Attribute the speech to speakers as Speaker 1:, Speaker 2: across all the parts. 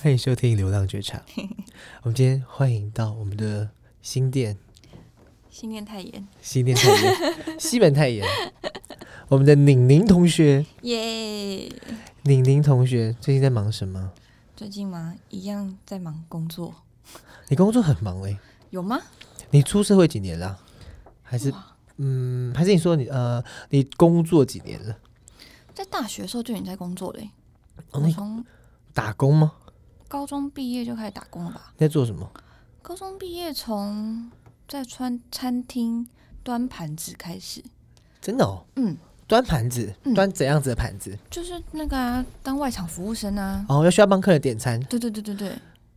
Speaker 1: 欢迎收听《流浪觉察》。 我们今天欢迎到我们的新店，
Speaker 2: 信念太严，
Speaker 1: 新店太妍，西门太妍，我们的宁宁同学，
Speaker 2: 耶、
Speaker 1: 宁宁同学最近在忙什么？
Speaker 2: 最近嘛，一样在忙工作，
Speaker 1: 你工作很忙哎、
Speaker 2: 有吗？
Speaker 1: 你出社会几年啦？还是
Speaker 2: 哇
Speaker 1: 嗯，还是你说你呃，你工作几年了？
Speaker 2: 在大学的时候就已经在工作嘞、
Speaker 1: 哦
Speaker 2: 我
Speaker 1: 你
Speaker 2: 从
Speaker 1: 打工吗？
Speaker 2: 高中毕业就开始打工了吧？
Speaker 1: 你在做什么？
Speaker 2: 高中毕业从在餐餐厅端盘子开始，
Speaker 1: 真的哦，
Speaker 2: 嗯，
Speaker 1: 端盘子，
Speaker 2: 嗯
Speaker 1: 端怎样子的盘子？
Speaker 2: 就是那个、啊、当外场服务生啊。
Speaker 1: 哦，要需要帮客人点餐，
Speaker 2: 对对对对对，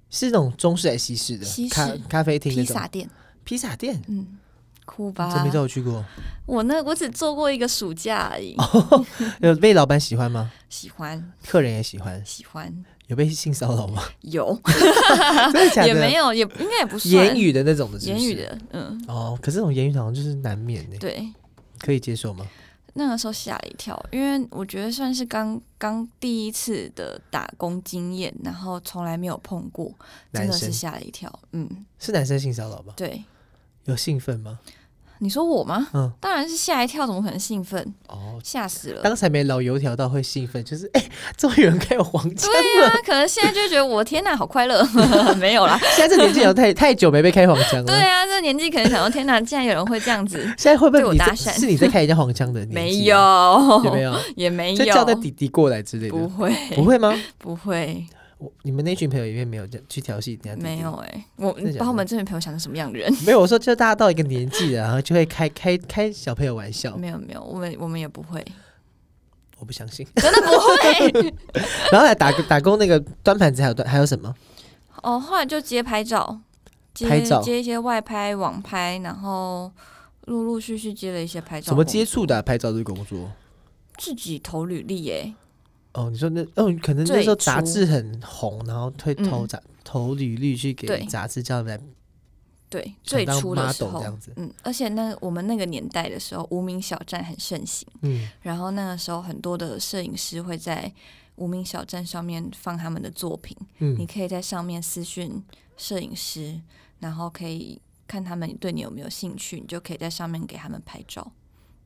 Speaker 1: 是那种中式还是西式的？
Speaker 2: 西式
Speaker 1: 咖咖啡厅那
Speaker 2: 披
Speaker 1: 种
Speaker 2: 萨店，
Speaker 1: 披萨店，
Speaker 2: 嗯，酷
Speaker 1: 真
Speaker 2: 吧
Speaker 1: 没？叫我去过。
Speaker 2: 我那我只做过一个暑假而已，
Speaker 1: 哦有呃被老板喜欢吗？
Speaker 2: 喜欢
Speaker 1: 客人也喜欢，
Speaker 2: 喜欢，
Speaker 1: 有被性骚扰 吗？
Speaker 2: 有
Speaker 1: 真的假的？
Speaker 2: 也没有，也应该也不算
Speaker 1: 言语的那种的是不
Speaker 2: 言
Speaker 1: 是
Speaker 2: 语的，嗯，
Speaker 1: 哦，可是这种言语好像就是难免的，
Speaker 2: 对。
Speaker 1: 可以接受吗？
Speaker 2: 那个时候吓了一跳，因为我觉得算是刚刚第一次的打工经验，然后从来没有碰过，真
Speaker 1: 男
Speaker 2: 的是
Speaker 1: 生
Speaker 2: 吓了一跳。嗯，
Speaker 1: 是男生性骚扰吗？
Speaker 2: 对，
Speaker 1: 有兴奋吗？
Speaker 2: 你说我吗？
Speaker 1: 嗯，
Speaker 2: 当然是吓一跳，怎么可能兴奋？
Speaker 1: 哦，
Speaker 2: 吓死了！
Speaker 1: 当才没老油条到会兴奋，就是哎，终于有人开我黄腔
Speaker 2: 对
Speaker 1: 了。
Speaker 2: 啊，可能现在就觉得我天哪，好 快乐，没有啦。
Speaker 1: 现在这年纪有太太久没被开黄腔了。
Speaker 2: 对啊，这年纪可能想到天哪，竟然有人会这样子，
Speaker 1: 现在会不
Speaker 2: 对
Speaker 1: 会
Speaker 2: 我
Speaker 1: 你在
Speaker 2: 搭讪
Speaker 1: 是你在开人家黄腔的年纪？啊
Speaker 2: 没，有，
Speaker 1: 有没有？
Speaker 2: 也 没
Speaker 1: 就
Speaker 2: 有，
Speaker 1: 叫他弟弟过来之类
Speaker 2: 不
Speaker 1: 的，
Speaker 2: 会，
Speaker 1: 不会吗？
Speaker 2: 不会，
Speaker 1: 我你们那群朋友里面没有这样去调戏人家弟弟？
Speaker 2: 没有，哎、我
Speaker 1: 真的假
Speaker 2: 把我
Speaker 1: 的
Speaker 2: 们这群朋友想成什么样的人？
Speaker 1: 没有。我说，就大家到一个年纪了，然后就会开 开开小朋友玩笑，
Speaker 2: 没有没有，我们我们也不会，
Speaker 1: 我不相信。
Speaker 2: 真的不会。
Speaker 1: 然后还打打工那个端盘子，还有端还有什么？
Speaker 2: 哦，后来就接拍照，接
Speaker 1: 拍照
Speaker 2: 接一些外拍、网拍，然后陆陆续续接了一些拍照。
Speaker 1: 怎么接？触的啊、拍照这个工
Speaker 2: 嗯
Speaker 1: 作？
Speaker 2: 自己投履历耶、
Speaker 1: 哦，你说那哦，可能那时候
Speaker 2: 最初
Speaker 1: 杂志很红，然后会投
Speaker 2: 嗯
Speaker 1: 杂、投履历去给
Speaker 2: 对
Speaker 1: 杂志叫他们来
Speaker 2: 对，
Speaker 1: 想
Speaker 2: 最
Speaker 1: 当
Speaker 2: 初的时
Speaker 1: model
Speaker 2: 候
Speaker 1: 这样子，
Speaker 2: 嗯，而且那个我们那个年代的时候，无名小站很盛行，
Speaker 1: 嗯，
Speaker 2: 然后那个时候很多的摄影师会在无名小站上面放他们的作品，
Speaker 1: 嗯
Speaker 2: 你可以在上面私讯摄影师，然后可以看他们对你有没有兴趣，你就可以在上面给他们拍照。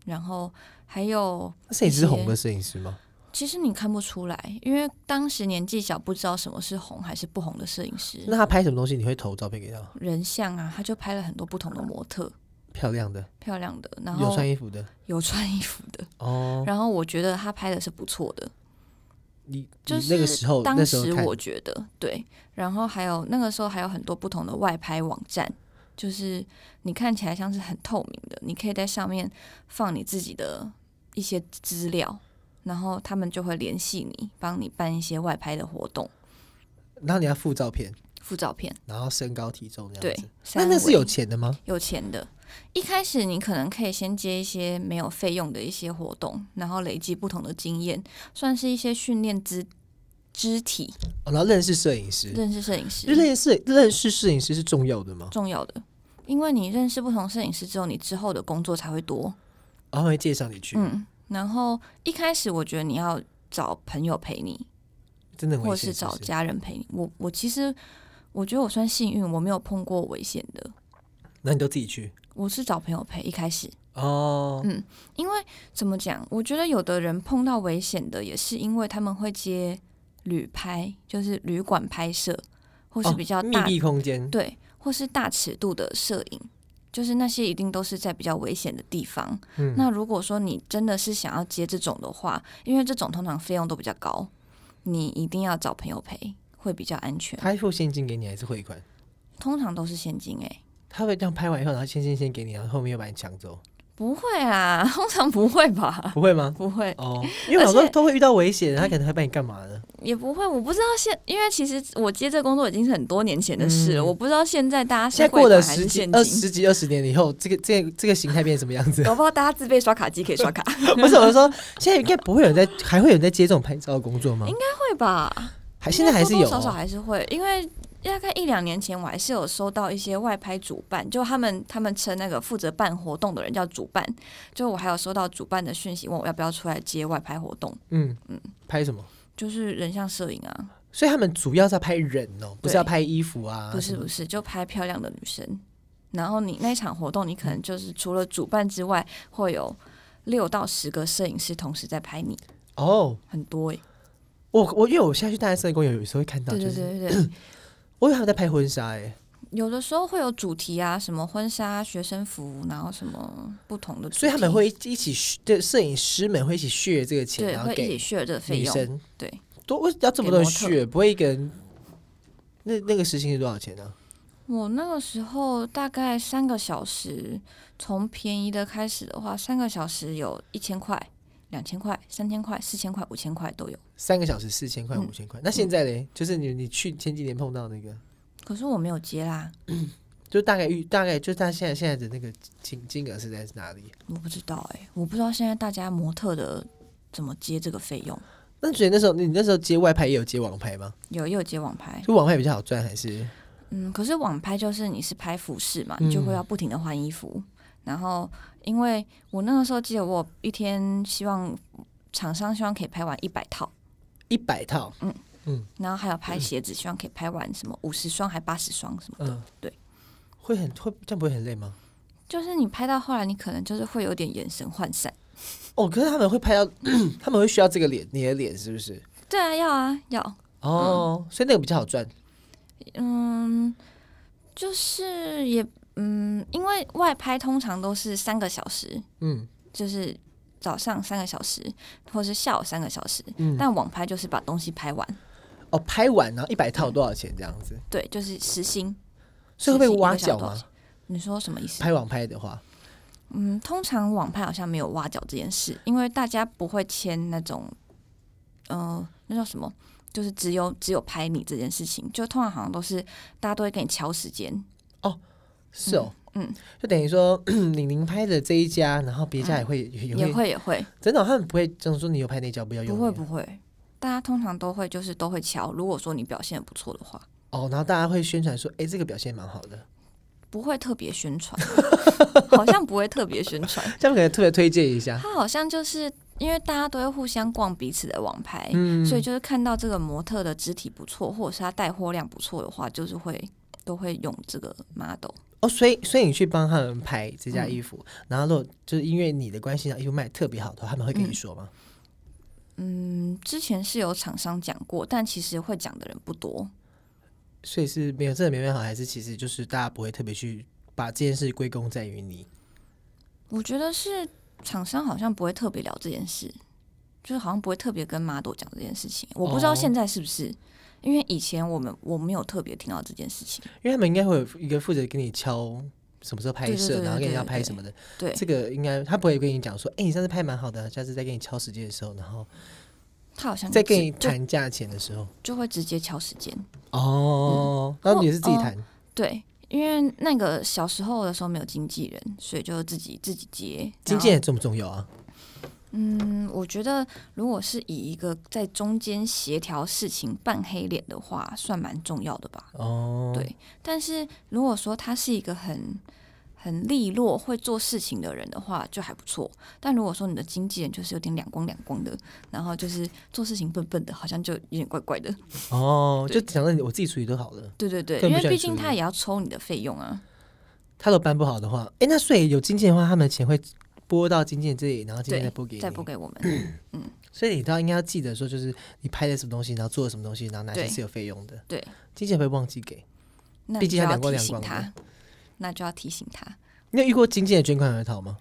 Speaker 2: 然后还有
Speaker 1: 那摄影师是
Speaker 2: 一些
Speaker 1: 红的摄影师吗？
Speaker 2: 其实你看不出来，因为当时年纪小，不知道什么是红还是不红的摄影师。
Speaker 1: 那他拍什么东西？你会投照片给他吗？
Speaker 2: 人像啊，他就拍了很多不同的模特，
Speaker 1: 漂亮的，
Speaker 2: 漂亮的，然
Speaker 1: 有
Speaker 2: 后
Speaker 1: 穿衣服的
Speaker 2: 有穿衣服的，
Speaker 1: 哦。
Speaker 2: 然后我觉得他拍的是不错的。
Speaker 1: 你
Speaker 2: 就
Speaker 1: 你那个时候，那
Speaker 2: 当
Speaker 1: 时候
Speaker 2: 时
Speaker 1: 看
Speaker 2: 我觉得对，然后还有那个时候还有很多不同的外拍网站，就是你看起来像是很透明的，你可以在上面放你自己的一些资料，然后他们就会联系你，帮你办一些外拍的活动，
Speaker 1: 然后你要附照片，
Speaker 2: 附照片。
Speaker 1: 然后身高体重这
Speaker 2: 对
Speaker 1: 样子。，那
Speaker 2: 三
Speaker 1: 那是
Speaker 2: 维
Speaker 1: 有钱的吗？
Speaker 2: 有钱的。一开始你可能可以先接一些没有费用的一些活动，然后累积不同的经验，算是一些训练肢肢体，
Speaker 1: 哦然后认识摄影师，
Speaker 2: 认识摄影师。
Speaker 1: 认识认识摄影师是重要的吗？
Speaker 2: 重要的，因为你认识不同摄影师之后，你之后的工作才会多。
Speaker 1: 然哦后会介绍你去，
Speaker 2: 嗯，然后一开始我觉得你要找朋友陪你，
Speaker 1: 真的很
Speaker 2: 或
Speaker 1: 危
Speaker 2: 者
Speaker 1: 险
Speaker 2: 是
Speaker 1: 是不
Speaker 2: 找
Speaker 1: 是
Speaker 2: 家人陪你。我我其实我觉得我算幸运，我没有碰过危险的。
Speaker 1: 那你都自己去
Speaker 2: 我是找朋友陪，一开始，
Speaker 1: 哦。
Speaker 2: 嗯因为怎么讲，我觉得有的人碰到危险的，也是因为他们会接旅拍，就是旅馆拍摄，或是
Speaker 1: 哦
Speaker 2: 比较
Speaker 1: 密
Speaker 2: 大、
Speaker 1: 闭空间，
Speaker 2: 对，或是大尺度的摄影，就是那些一定都是在比较危险的地方。
Speaker 1: 嗯
Speaker 2: 那如果说你真的是想要接这种的话，因为这种通常费用都比较高，你一定要找朋友陪，会比较安全。
Speaker 1: 他会付现金给你还是汇款？
Speaker 2: 通常都是现金欸诶、
Speaker 1: 他会这样拍完以后，然后现金先给你，然后后面又把你抢走，
Speaker 2: 不会啊， 通常不会吧？
Speaker 1: 不会吗？
Speaker 2: 不会，
Speaker 1: 哦，因为
Speaker 2: 而
Speaker 1: 有
Speaker 2: 且嗯
Speaker 1: 时候都会遇到危险，他可能会把你干嘛呢？
Speaker 2: 也不会。我不知道现，因为其实我接这工作已经是很多年前的事了，
Speaker 1: 嗯
Speaker 2: 我不知道现在大家是
Speaker 1: 现在过
Speaker 2: 汇
Speaker 1: 了
Speaker 2: 款还
Speaker 1: 十
Speaker 2: 是
Speaker 1: 几、
Speaker 2: 现
Speaker 1: 二
Speaker 2: 金，
Speaker 1: 十几、二十年以后，这个、这个、这个形态变成什么样 子？
Speaker 2: 搞不好大家自备刷卡机可以 刷卡，
Speaker 1: 不是我是说，现在应该不会有人在，还会有人在接这种拍照的工作吗？
Speaker 2: 会吧？
Speaker 1: 还现在还是
Speaker 2: 多
Speaker 1: 有、
Speaker 2: 多少少
Speaker 1: 哦，
Speaker 2: 还是会，因为大概一两年前我还是有收到一些外拍主办，就他们他们称那个负责办活动的人叫主办，就我还有收到主办的讯息，问我要不要出来接外拍活动，
Speaker 1: 嗯嗯，拍什么？
Speaker 2: 就是人像摄影啊，
Speaker 1: 所以他们主要是要拍人哦，不是要
Speaker 2: 对
Speaker 1: 拍衣服啊，
Speaker 2: 不是不是，就拍漂亮的女生。然后你那一场活动，你可能就是除了主办之外，会有六到十个摄影师同时在拍你，
Speaker 1: 哦。
Speaker 2: 很多哎、
Speaker 1: 我我因为我下去大安森林公园有时候会看到，
Speaker 2: 对
Speaker 1: 就
Speaker 2: 对
Speaker 1: 是
Speaker 2: 对对 对，
Speaker 1: 我以为他们在拍婚纱哎、
Speaker 2: 有的时候会有主题啊，什么婚纱、学生服，然后什么不同的主题，
Speaker 1: 所以他们会一起对摄影师们会一起血这个钱，
Speaker 2: 对
Speaker 1: 然后
Speaker 2: 会一
Speaker 1: 给
Speaker 2: 起 share 这个费
Speaker 1: 女
Speaker 2: 用，
Speaker 1: 生
Speaker 2: 对，
Speaker 1: 多为要这么
Speaker 2: 给
Speaker 1: 多人
Speaker 2: 模特
Speaker 1: 血，不会一个人那那个时薪是多少钱呢、啊
Speaker 2: 我那个时候大概三个小时，从便宜的开始的话，三个小时有一千块、两千块、三千块、四千块、五千块都有。
Speaker 1: 三个小时四千块、
Speaker 2: 嗯
Speaker 1: 五千块。那现在嘞，就是你你去前几年碰到那个，
Speaker 2: 可是我没有接啦，
Speaker 1: 就大概预大概就他现在现在的那个金金额是在哪里？
Speaker 2: 我不知道哎、我不知道现在大家模特的怎么接这个费用，
Speaker 1: 那所以那时候你那时候接外拍也有接网拍吗？
Speaker 2: 有也有接网拍，
Speaker 1: 就网拍比较好赚还是？
Speaker 2: 嗯，可是网拍就是你是拍服饰嘛，你就会要不停的换衣服。然后，因为我那个时候记得，我一天希望厂商希望可以拍完一百套，
Speaker 1: 一百套，
Speaker 2: 然后还有拍鞋子，希望可以拍完什么五十双还八十双什么的。
Speaker 1: 嗯，
Speaker 2: 对，
Speaker 1: 会很会这样不会很累吗？
Speaker 2: 就是你拍到后来，你可能就是会有点眼神涣散。
Speaker 1: 哦，可是他们会拍到，他们会需要这个脸，你的脸是不是？
Speaker 2: 对啊，要啊，要。
Speaker 1: 哦，所以那个比较好赚。
Speaker 2: 嗯，就是也嗯，因为外拍通常都是三个小时，
Speaker 1: 嗯
Speaker 2: 就是早上三个小时，或是下午三个小时。
Speaker 1: 嗯，
Speaker 2: 但网拍就是把东西拍完，
Speaker 1: 哦，拍完然后一百套多少钱这样子？
Speaker 2: 对，就是实心。
Speaker 1: 所以会
Speaker 2: 实
Speaker 1: 被
Speaker 2: 心
Speaker 1: 挖
Speaker 2: 一个小时
Speaker 1: 角
Speaker 2: 多少
Speaker 1: 吗
Speaker 2: 钱？你说什么意思？
Speaker 1: 拍网拍的话，
Speaker 2: 嗯，通常网拍好像没有挖角这件事，因为大家不会签那种，呃，那叫什么？就是只有只有拍你这件事情，就通常好像都是大家都会跟你敲时间，
Speaker 1: 是哦，
Speaker 2: 嗯嗯
Speaker 1: 就等于说李宁拍的这一家，然后别家也会、也
Speaker 2: 也
Speaker 1: 会，
Speaker 2: 会也会，
Speaker 1: 真的哦、他们不会这样说，你有拍那家不要用
Speaker 2: 不
Speaker 1: 你，
Speaker 2: 会不会，大家通常都会就是都会敲。如果说你表现得不错的话，
Speaker 1: 哦，然后大家会宣传说，哎、这个表现蛮好的，
Speaker 2: 不会特别宣传， 好像不会特别宣 传，
Speaker 1: 这样可能特别推荐一下，
Speaker 2: 他好像就是因为大家都会互相逛彼此的网拍，
Speaker 1: 嗯，
Speaker 2: 所以就是看到这个模特的肢体不错，或者是他带货量不错的话，就是会都会用这个 model。
Speaker 1: 哦，所以所以你去帮他们拍这
Speaker 2: 嗯
Speaker 1: 家衣服，然后如果就是因为你的关系，让衣服卖得特别好的话，他们会跟你
Speaker 2: 嗯
Speaker 1: 说吗？
Speaker 2: 嗯，之前是有厂商讲过，但其实会讲的人不多。
Speaker 1: 所以是没有真的没办法，还是其实就是大家不会特别去把这件事归功在于你。
Speaker 2: 我觉得是厂商好像不会特别聊这件事，就是好像不会特别跟 model 讲这件事情。我不知道
Speaker 1: 哦
Speaker 2: 现在是不是，因为以前我们我没有特别听到这件事情。
Speaker 1: 因为他们应该会有一个负责给你敲什么时候拍
Speaker 2: 对对
Speaker 1: 摄，
Speaker 2: 对
Speaker 1: 然后给你
Speaker 2: 对
Speaker 1: 要
Speaker 2: 对
Speaker 1: 拍
Speaker 2: 对
Speaker 1: 什么的。
Speaker 2: 对
Speaker 1: 这个应该他不会跟你讲说，哎、你上次拍蛮好的，下次再给你敲时间的时候，然后
Speaker 2: 他好像
Speaker 1: 再
Speaker 2: 嗯就
Speaker 1: 跟你
Speaker 2: 就嗯
Speaker 1: 谈价钱的时候。
Speaker 2: 就会直接敲时间。
Speaker 1: 哦，那、你也是自己谈，
Speaker 2: 对，因为那个小时候的时候没有经纪人，所以就自己自己接。
Speaker 1: 经纪人重不重要啊？
Speaker 2: 嗯，我觉得如果是以一个在中间协调事情扮黑脸的话，算蛮重要的吧。
Speaker 1: 哦，
Speaker 2: 对但是如果说他是一个很很利落、会做事情的人的话，就还不错。但如果说你的经纪人就是有点两光两光的，然后就是做事情笨笨的，好像就有点怪怪的。
Speaker 1: 哦，就
Speaker 2: 对
Speaker 1: 讲到你我自己处理都好了。
Speaker 2: 对对对，
Speaker 1: 更
Speaker 2: 因
Speaker 1: 不
Speaker 2: 为
Speaker 1: 想
Speaker 2: 毕
Speaker 1: 处
Speaker 2: 竟他
Speaker 1: 理
Speaker 2: 也要抽你的费用啊。
Speaker 1: 他都办不好的话，哎、那所以有经纪人的话，他们的钱会拨到经纪人这里，然后经纪人
Speaker 2: 对
Speaker 1: 再拨给你。
Speaker 2: 再拨给我们，
Speaker 1: 所以你倒应该要记得说，就是你拍的什么东西，然后做了什么东西，然后哪些
Speaker 2: 对
Speaker 1: 是有费用的。
Speaker 2: 对，
Speaker 1: 经纪人会忘记给。
Speaker 2: 那
Speaker 1: 毕
Speaker 2: 你
Speaker 1: 竟
Speaker 2: 就
Speaker 1: 他
Speaker 2: 要
Speaker 1: 两光
Speaker 2: 提
Speaker 1: 两
Speaker 2: 醒
Speaker 1: 光的
Speaker 2: 他，那就要提醒他。
Speaker 1: 你有遇过经纪人捐款而逃吗？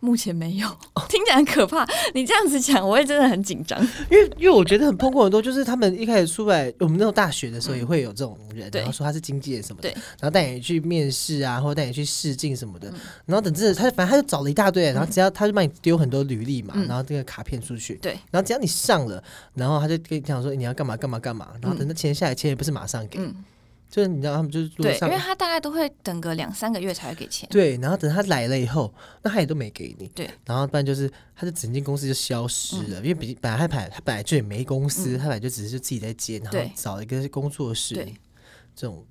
Speaker 2: 目前没有，听起来很可怕。 你这样子讲，我也真的很紧张。
Speaker 1: 因为因为我觉得很碰过很多，就是他们一开始出来，我们那种大学的时候也会有这种人，
Speaker 2: 嗯对
Speaker 1: 然后说他是经纪人什么的，
Speaker 2: 对嗯
Speaker 1: 然后带你去面试啊，或者带你去试镜什么的，然后等真的他反正他就找了一大堆人，然后只要他就帮你丢很多履历嘛，
Speaker 2: 嗯
Speaker 1: 然后这个卡片出去，
Speaker 2: 对，
Speaker 1: 然后只要你上了，然后他就跟你讲说你要干嘛干嘛干嘛，然后等到钱下来，钱也不是马上给，
Speaker 2: 嗯，
Speaker 1: 就是你知道他们就是如果
Speaker 2: 对，因
Speaker 1: 上
Speaker 2: 为他大概都会等个两三个月才会给钱。
Speaker 1: 对，然后等他来了以后，那他也都没给你。
Speaker 2: 对，嗯
Speaker 1: 然后不然就是他就整间公司就消失了，因为比本来他本来他本来就也没公司，他本来就只是就自己在接，然后
Speaker 2: 对
Speaker 1: 找一个工作室
Speaker 2: 对，
Speaker 1: 这种。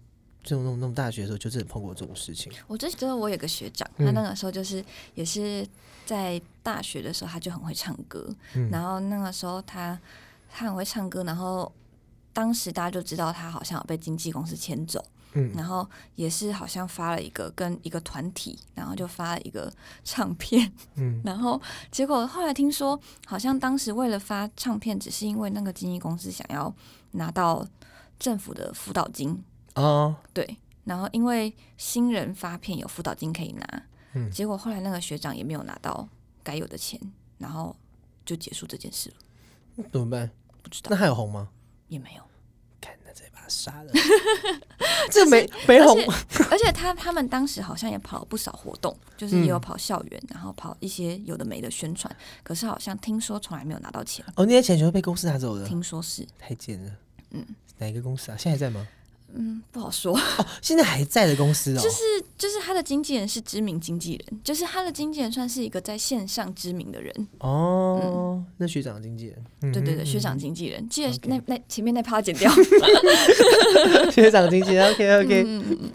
Speaker 1: 这种那种那种大学的时候，就真的碰过这种事情。
Speaker 2: 我就觉得我有个学长，
Speaker 1: 嗯
Speaker 2: 他那个时候就是也是在大学的时候，他就很会唱歌。
Speaker 1: 嗯
Speaker 2: 然后那个时候他他很会唱歌，然后当时大家就知道他好像有被经纪公司牵走，
Speaker 1: 嗯，
Speaker 2: 然后也是好像发了一个跟一个团体，然后就发了一个唱片，
Speaker 1: 嗯，
Speaker 2: 然后结果后来听说，好像当时为了发唱片，只是因为那个经纪公司想要拿到政府的辅导金，
Speaker 1: 哦，
Speaker 2: 对，然后因为新人发片有辅导金可以拿，
Speaker 1: 嗯
Speaker 2: 结果后来那个学长也没有拿到该有的钱，然后就结束这件事了，
Speaker 1: 怎么办？
Speaker 2: 不知
Speaker 1: 那
Speaker 2: 道
Speaker 1: 还有红吗？
Speaker 2: 也没有。
Speaker 1: 看，那直接把他杀 了。这没没红，
Speaker 2: 而且他他们当时好像也跑了不少活动，就是
Speaker 1: 嗯
Speaker 2: 也有跑校园，然后跑一些有的没的宣传，可是好像听说从来没有拿到钱，
Speaker 1: 哦，那些钱全部被公司拿走了，
Speaker 2: 听说是
Speaker 1: 太贱了。
Speaker 2: 嗯
Speaker 1: 哪一个公司啊？现在还在吗？
Speaker 2: 嗯不好说，
Speaker 1: 哦，现在还在的公司哦。
Speaker 2: 就是就是他的经纪人是知名经纪人，就是他的经纪人算是一个在线上知名的人，
Speaker 1: 哦，那学长的经纪人，嗯
Speaker 2: 嗯对对对，
Speaker 1: 哼
Speaker 2: 学长经纪人，记得
Speaker 1: OK
Speaker 2: 那那前面那趴剪掉，
Speaker 1: 嗯 学长经纪 人，OK OK。
Speaker 2: 嗯嗯嗯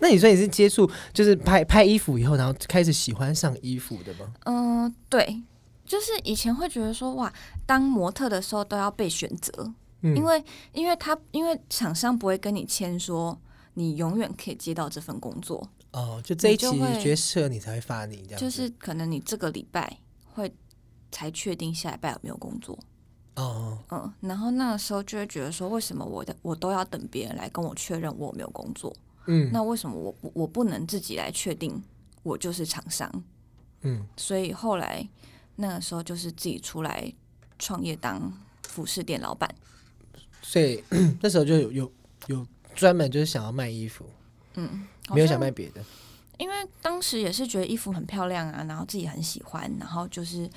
Speaker 1: 那你说你是接触就是拍拍衣服以后，然后开始喜欢上衣服的吗？
Speaker 2: 嗯、呃对。就是以前会觉得说哇，当模特的时候都要被选择，
Speaker 1: 嗯
Speaker 2: 因为因为他因为厂商不会跟你签说你永远可以接到这份工作，
Speaker 1: 哦，就这一期
Speaker 2: 你就会
Speaker 1: 觉得适合你才会发你这样子，
Speaker 2: 就是可能你这个礼拜会才确定下礼拜有没有工作。
Speaker 1: 哦，
Speaker 2: 嗯，然后那时候就会觉得说，为什么我的我都要等别人来跟我确认我有没有工作？
Speaker 1: 嗯
Speaker 2: 那为什么我不我不能自己来确定我就是厂商？
Speaker 1: 嗯，
Speaker 2: 所以后来那个时候就是自己出来创业当服饰店老板。
Speaker 1: 所以 那时候就有有有专门就是想要卖衣服，
Speaker 2: 嗯，好
Speaker 1: 没有
Speaker 2: 像
Speaker 1: 想卖别的，
Speaker 2: 因为当时也是觉得衣服很漂亮啊，然后自己很喜欢，然后就是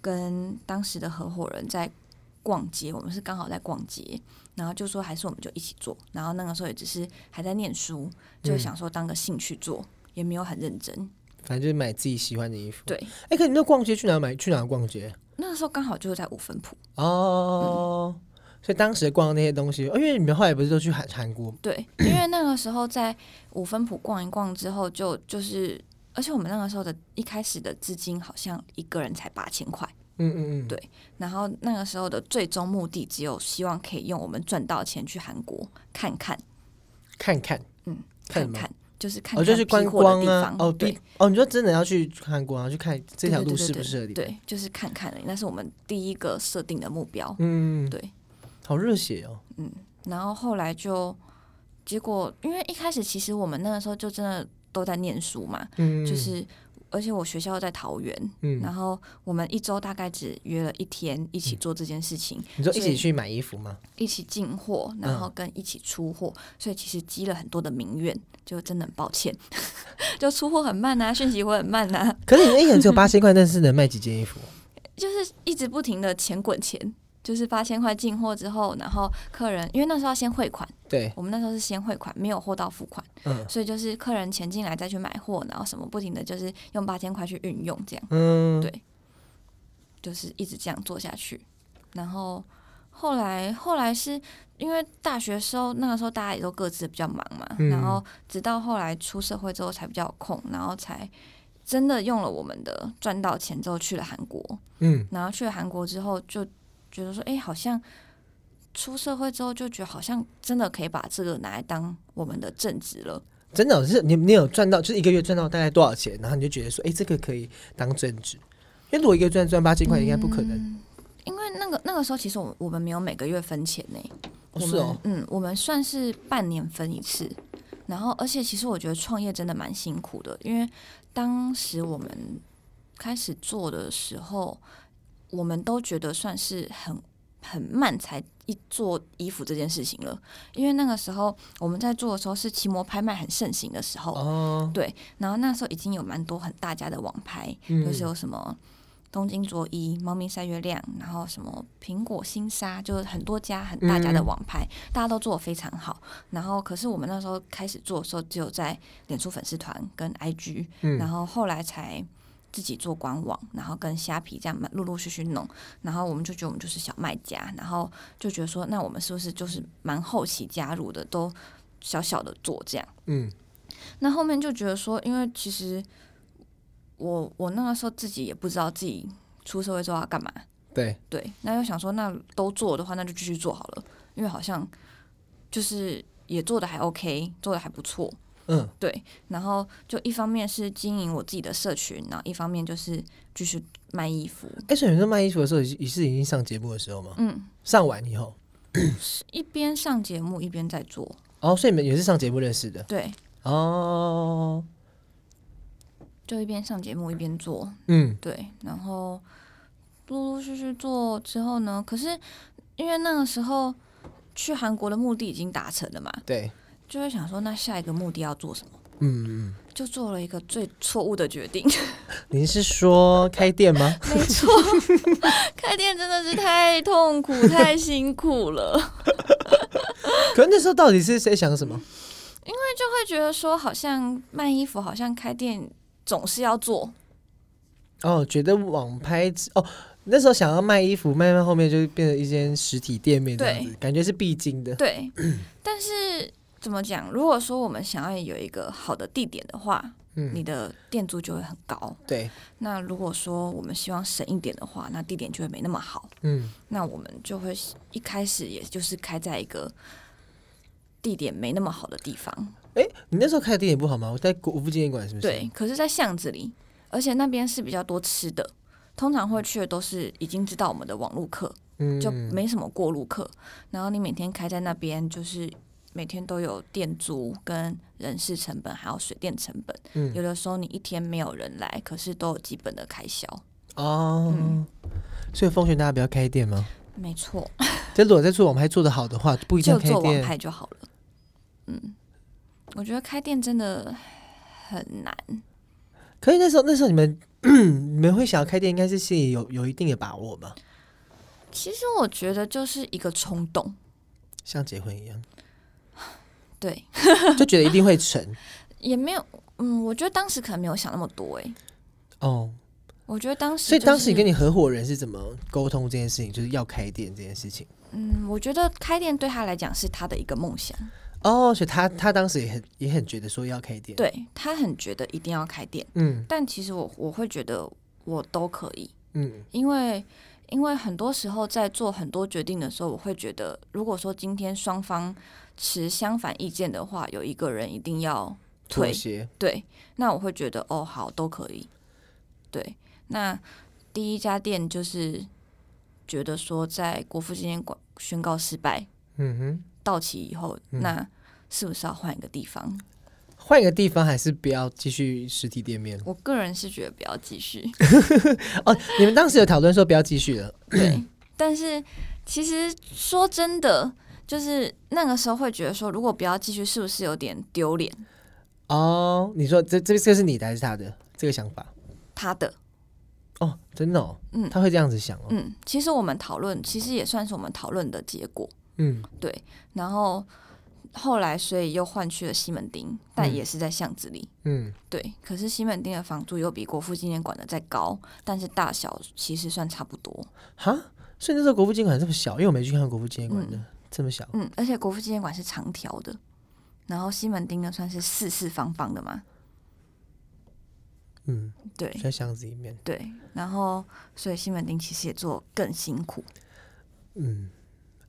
Speaker 2: 跟当时的合伙人在逛街，我们是刚好在逛街，然后就说还是我们就一起做，然后那个时候也只是还在念书，
Speaker 1: 嗯
Speaker 2: 就想说当个兴趣做，也没有很认真。
Speaker 1: 反正就是买自己喜欢的衣服。
Speaker 2: 对，
Speaker 1: 哎，可你那逛街去哪买？去哪逛街？
Speaker 2: 那个时候刚好就是在五分铺，
Speaker 1: 哦，
Speaker 2: 嗯
Speaker 1: 所以当时逛那些东西，哦，因为你们后来不是都去韩韩国？
Speaker 2: 对，因为那个时候在五分铺逛一逛之后就，就是，而且我们那个时候的一开始的资金好像一个人才八千块。
Speaker 1: 嗯嗯嗯，
Speaker 2: 对然后那个时候的最终目的只有希望可以用我们赚到的钱去韩国看看，
Speaker 1: 看看，
Speaker 2: 嗯，
Speaker 1: 看
Speaker 2: 看
Speaker 1: 什么
Speaker 2: 看，就是看
Speaker 1: 哦，
Speaker 2: 看
Speaker 1: 就去观
Speaker 2: 批货的
Speaker 1: 光
Speaker 2: 地
Speaker 1: 啊
Speaker 2: 方，，
Speaker 1: 哦，
Speaker 2: 对
Speaker 1: 对，，哦，你说真的要去韩国，然后去看这
Speaker 2: 对
Speaker 1: 条
Speaker 2: 对
Speaker 1: 路
Speaker 2: 对
Speaker 1: 适
Speaker 2: 对
Speaker 1: 不适合你？，
Speaker 2: 对，就是看看而已，那是我们第一个设定的目标。
Speaker 1: 嗯，
Speaker 2: 对，
Speaker 1: 好热血哦，
Speaker 2: 然后后来就结果，因为一开始其实我们那个时候就真的都在念书嘛，
Speaker 1: 嗯，
Speaker 2: 就是而且我学校在桃园，
Speaker 1: 嗯，
Speaker 2: 然后我们一周大概只约了一天一起做这件事情，
Speaker 1: 你说一
Speaker 2: 所以
Speaker 1: 起去买衣服吗？
Speaker 2: 一起进货，
Speaker 1: 嗯
Speaker 2: 然后跟一起出货，所以其实积了很多的民怨，就真的很抱歉， 就出货很慢呐、啊讯息会很慢呐、
Speaker 1: 可是你一个人只有八千块，但是能卖几件衣服？
Speaker 2: 就是一直不停的钱滚钱，就是八千块进货之后，然后客人因为那时候要先汇款，
Speaker 1: 对，
Speaker 2: 我们那时候是先汇款，没有货到付款，
Speaker 1: 嗯
Speaker 2: 所以就是客人钱进来再去买货，然后什么不停的就是用八千块去运用，这样
Speaker 1: 嗯，
Speaker 2: 对就是一直这样做下去，然后。后来，后来是因为大学时候那个时候大家也都各自比较忙嘛，
Speaker 1: 嗯
Speaker 2: 然后直到后来出社会之后才比较有空，然后才真的用了我们的赚到钱之后去了韩国，
Speaker 1: 嗯，
Speaker 2: 然后去了韩国之后就觉得说，哎、好像出社会之后就觉得好像真的可以把这个拿来当我们的正职了，
Speaker 1: 真的哦是你你有赚到，就是一个月赚到大概多少钱，然后你就觉得说，哎，这个可以当正职。因为如果一个月赚赚八千块，应该不可
Speaker 2: 嗯
Speaker 1: 能。
Speaker 2: 因为那个那个时候其实我我们没有每个月分钱呢、
Speaker 1: 哦
Speaker 2: 我
Speaker 1: 是
Speaker 2: 们、
Speaker 1: 哦，
Speaker 2: 嗯，我们算是半年分一次。然后，而且其实我觉得创业真的蛮辛苦的，因为当时我们开始做的时候，我们都觉得算是很很慢才一做衣服这件事情了，因为那个时候我们在做的时候是奇摩拍卖很盛行的时候，
Speaker 1: 哦，
Speaker 2: 然后那时候已经有蛮多很大家的网拍，
Speaker 1: 嗯
Speaker 2: 就是有什么东京卓一、猫咪晒月亮，然后什么苹果新沙，就是很多家很大家的网
Speaker 1: 嗯
Speaker 2: 拍，大家都做的非常好。然后可是我们那时候开始做的时候，只有在脸书粉丝团跟 IG，、
Speaker 1: 嗯
Speaker 2: 然后后来才。自己做官网，然后跟虾皮这样慢陆陆续续弄，然后我们就觉得我们就是小卖家，然后就觉得说，那我们是不是就是蛮后期加入的，都小小的做这样。
Speaker 1: 嗯，
Speaker 2: 那后面就觉得说，因为其实我我那个时候自己也不知道自己出社会之后要干嘛，
Speaker 1: 对，
Speaker 2: 对，那又想说那都做的话，那就继续做好了，因为好像就是也做的还 OK，做的还不错，
Speaker 1: 嗯，
Speaker 2: 对。然后就一方面是经营我自己的社群，然后一方面就是继续卖衣服，
Speaker 1: 哎，所以你在卖衣服的时候，也是也是已经上节目的时候吗？
Speaker 2: 嗯，
Speaker 1: 上完以后，
Speaker 2: 一边上节目一边在做，
Speaker 1: 哦，所以你们也是上节目认识的
Speaker 2: 对，
Speaker 1: 哦，
Speaker 2: 就一边上节目一边做，
Speaker 1: 嗯，
Speaker 2: 对，然后陆陆续续做之后呢，可是因为那个时候去韩国的目的已经达成了嘛，
Speaker 1: 对，
Speaker 2: 就会想说，那下一个目的要做什么？
Speaker 1: 嗯嗯，
Speaker 2: 就做了一个最错误的决定，
Speaker 1: 您是说开店吗？
Speaker 2: 没错， 开店真的是太痛苦、太辛苦了。
Speaker 1: 可那时候到底是谁想什么？
Speaker 2: 就会觉得说，好像卖衣服，好像开店总是要做，
Speaker 1: 哦，觉得网拍哦，那时候想要卖衣服，慢慢后面就变成一间实体店面这样子，感觉是必经的。
Speaker 2: 对。但是怎么讲？如果说我们想要有一个好的地点的话，
Speaker 1: 嗯，
Speaker 2: 你的店租就会很高。
Speaker 1: 对，
Speaker 2: 那如果说我们希望省一点的话，那地点就会没那么好。
Speaker 1: 嗯
Speaker 2: 那我们就会一开始也就是开在一个地点没那么好的地方，
Speaker 1: 哎，你那时候开的店也不好吗？我在国父纪念馆是不是？
Speaker 2: 对，。可是，在巷子里，而且那边是比较多吃的，通常会去的都是已经知道我们的网路客，
Speaker 1: 嗯，
Speaker 2: 就没什么过路客。然后你每天开在那边，就是每天都有店租、跟人事成本，还有水电成本。
Speaker 1: 嗯
Speaker 2: 有的时候你一天没有人来，可是都有基本的开销。
Speaker 1: 哦，
Speaker 2: 嗯
Speaker 1: 所以奉劝大家不要开店吗？
Speaker 2: 没错，
Speaker 1: 这如果在做网拍做得好的话，不一定要
Speaker 2: 就
Speaker 1: 开
Speaker 2: 做网
Speaker 1: 店。
Speaker 2: 拍就好了。嗯，我觉得开店真的很难。
Speaker 1: 可是那时候，那时候你们 你们会想要开店，应该是心里有有一定的把握吧，
Speaker 2: 其实我觉得就是一个冲动，
Speaker 1: 像结婚一样，
Speaker 2: 对，
Speaker 1: 就觉得一定会成。
Speaker 2: 也没有，嗯，我觉得当时可能没有想那么多、欸，
Speaker 1: 哦，
Speaker 2: 我觉得当时、
Speaker 1: 所以当时你跟
Speaker 2: 你，
Speaker 1: 你合伙人是怎么沟通这件事情，就是要开店这件事情？
Speaker 2: 嗯，我觉得开店对他来讲是他的一个梦想，
Speaker 1: 哦，所以他他当时也很也很觉得说要开店。，
Speaker 2: 嗯对他很觉得一定要开店，
Speaker 1: 嗯
Speaker 2: 但其实我我会觉得我都可以，
Speaker 1: 嗯
Speaker 2: 因为因为很多时候在做很多决定的时候，我会觉得，如果说今天双方持相反意见的话，有一个人一定要
Speaker 1: 妥
Speaker 2: 退，
Speaker 1: 协。
Speaker 2: 对，那我会觉得哦，好，都可以。对，那第一家店就是觉得说，在国父纪念馆宣告失败
Speaker 1: 嗯哼，
Speaker 2: 到期以后，
Speaker 1: 嗯
Speaker 2: 那是不是要换一个地方？
Speaker 1: 换一个地方还是不要继续实体店面了
Speaker 2: 我个人是觉得不要继续，
Speaker 1: 哦，你们当时有讨论说不要继续了。
Speaker 2: 对。但是其实说真的，就是那个时候会觉得说，如果不要继续，是不是有点丢脸？
Speaker 1: 哦，你说这这这是你的还是他的这个想法？
Speaker 2: 他的，
Speaker 1: 哦，真的哦，
Speaker 2: 嗯
Speaker 1: 他会这样子想哦，
Speaker 2: 嗯，其实我们讨论，其实也算是我们讨论的结果。
Speaker 1: 嗯
Speaker 2: 对，然后后来所以又换去了西门町，但也是在巷子里。
Speaker 1: 嗯，
Speaker 2: 对，可是西门町的房租又比国父纪念馆的再高，但是大小其实算差不多。
Speaker 1: 哈，所以那时候国父纪念馆这么小，因为我没去看国父纪念馆的，
Speaker 2: 嗯
Speaker 1: 这么小，
Speaker 2: 嗯，而且国父纪念馆是长条的，然后西门町呢算是四四方方的嘛。
Speaker 1: 嗯，
Speaker 2: 对
Speaker 1: 就在箱子里面，
Speaker 2: 对，然后所以西门町其实也做更辛苦，
Speaker 1: 嗯，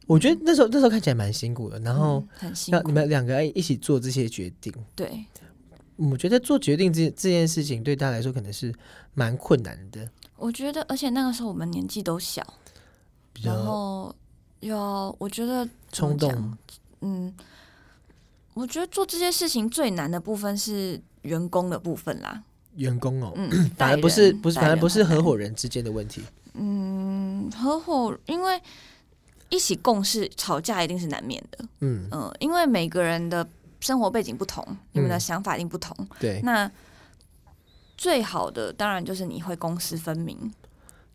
Speaker 1: 我觉得那时候那时候看起来蛮辛苦的，然后
Speaker 2: 嗯、很辛
Speaker 1: 要
Speaker 2: 苦
Speaker 1: 你。们两个一起做这些决定，
Speaker 2: 对，
Speaker 1: 我觉得做决定这这件事情对大家来说可能是蛮困难的，
Speaker 2: 我觉得，而且那个时候我们年纪都小，
Speaker 1: 比
Speaker 2: 然
Speaker 1: 较
Speaker 2: 后要我觉得怎么
Speaker 1: 冲动
Speaker 2: 讲，嗯，我觉得做这些事情最难的部分是员工的部分啦。
Speaker 1: 员工哦。
Speaker 2: 嗯，
Speaker 1: 反
Speaker 2: 带
Speaker 1: 而不是
Speaker 2: 人
Speaker 1: 不是，
Speaker 2: 带
Speaker 1: 反而
Speaker 2: 人
Speaker 1: 不是
Speaker 2: 很
Speaker 1: 合
Speaker 2: 难
Speaker 1: 伙人之间的问题。
Speaker 2: 嗯合伙，因为一起共事，吵架一定是难免的。
Speaker 1: 嗯，
Speaker 2: 嗯、因为每个人的生活背景不同，你们
Speaker 1: 嗯
Speaker 2: 的
Speaker 1: 哎
Speaker 2: 想法一定不同。
Speaker 1: 对，
Speaker 2: 那最好的当然就是你会公私分明，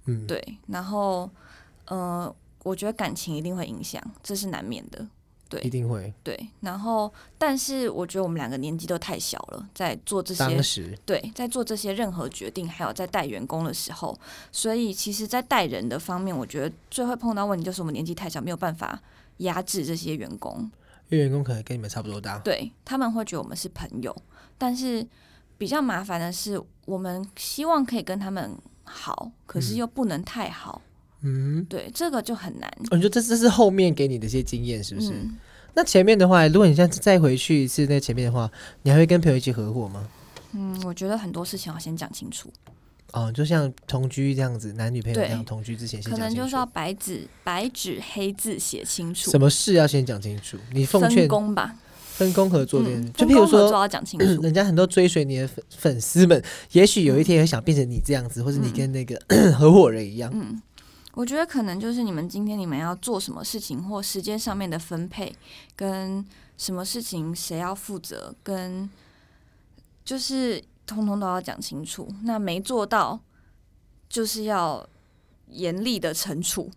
Speaker 1: 嗯，
Speaker 2: 对，然后呃，我觉得感情一定会影响，这是难免的。对
Speaker 1: 一定会。
Speaker 2: 对，然后但是我觉得我们两个年纪都太小了，在做这些
Speaker 1: 当时，
Speaker 2: 对，在做这些任何决定，还有在带员工的时候，所以其实，在带人的方面，我觉得最会碰到问题就是我们年纪太小，没有办法压制这些员工，
Speaker 1: 因为员工可能跟你们差不多大。
Speaker 2: 对他们会觉得我们是朋友，但是比较麻烦的是，我们希望可以跟他们好，可是
Speaker 1: 嗯
Speaker 2: 又不能太好，
Speaker 1: 嗯，
Speaker 2: 对，这个就很难。
Speaker 1: 我觉得哦这这是后面给你的一些经验，是不是？
Speaker 2: 嗯，
Speaker 1: 那前面的话，如果你现在再回去一次那前面的话，你还会跟朋友一起合伙吗？
Speaker 2: 嗯，我觉得很多事情要先讲清楚，
Speaker 1: 哦，就像同居这样子，男女朋友这样
Speaker 2: 对
Speaker 1: 同居之前先
Speaker 2: 可
Speaker 1: 讲
Speaker 2: 能
Speaker 1: 清楚，
Speaker 2: 就是要白纸白纸黑字写清楚
Speaker 1: 什，么事要先讲清楚。你奉
Speaker 2: 分
Speaker 1: 劝
Speaker 2: 工吧，
Speaker 1: 分工合作这件事，
Speaker 2: 嗯，
Speaker 1: 就
Speaker 2: 分
Speaker 1: 譬如
Speaker 2: 工合作
Speaker 1: 说，
Speaker 2: 要讲清楚，
Speaker 1: 人家很多追随你的粉粉丝
Speaker 2: 嗯
Speaker 1: 们，也许有一天也想变成你这样子，或者你跟那个、 合伙人一样。
Speaker 2: 嗯。我觉得可能就是你们今天你们要做什么事情，或时间上面的分配，跟什么事情谁要负责，跟就是通通都要讲清楚。那没做到，就是要严厉的惩处。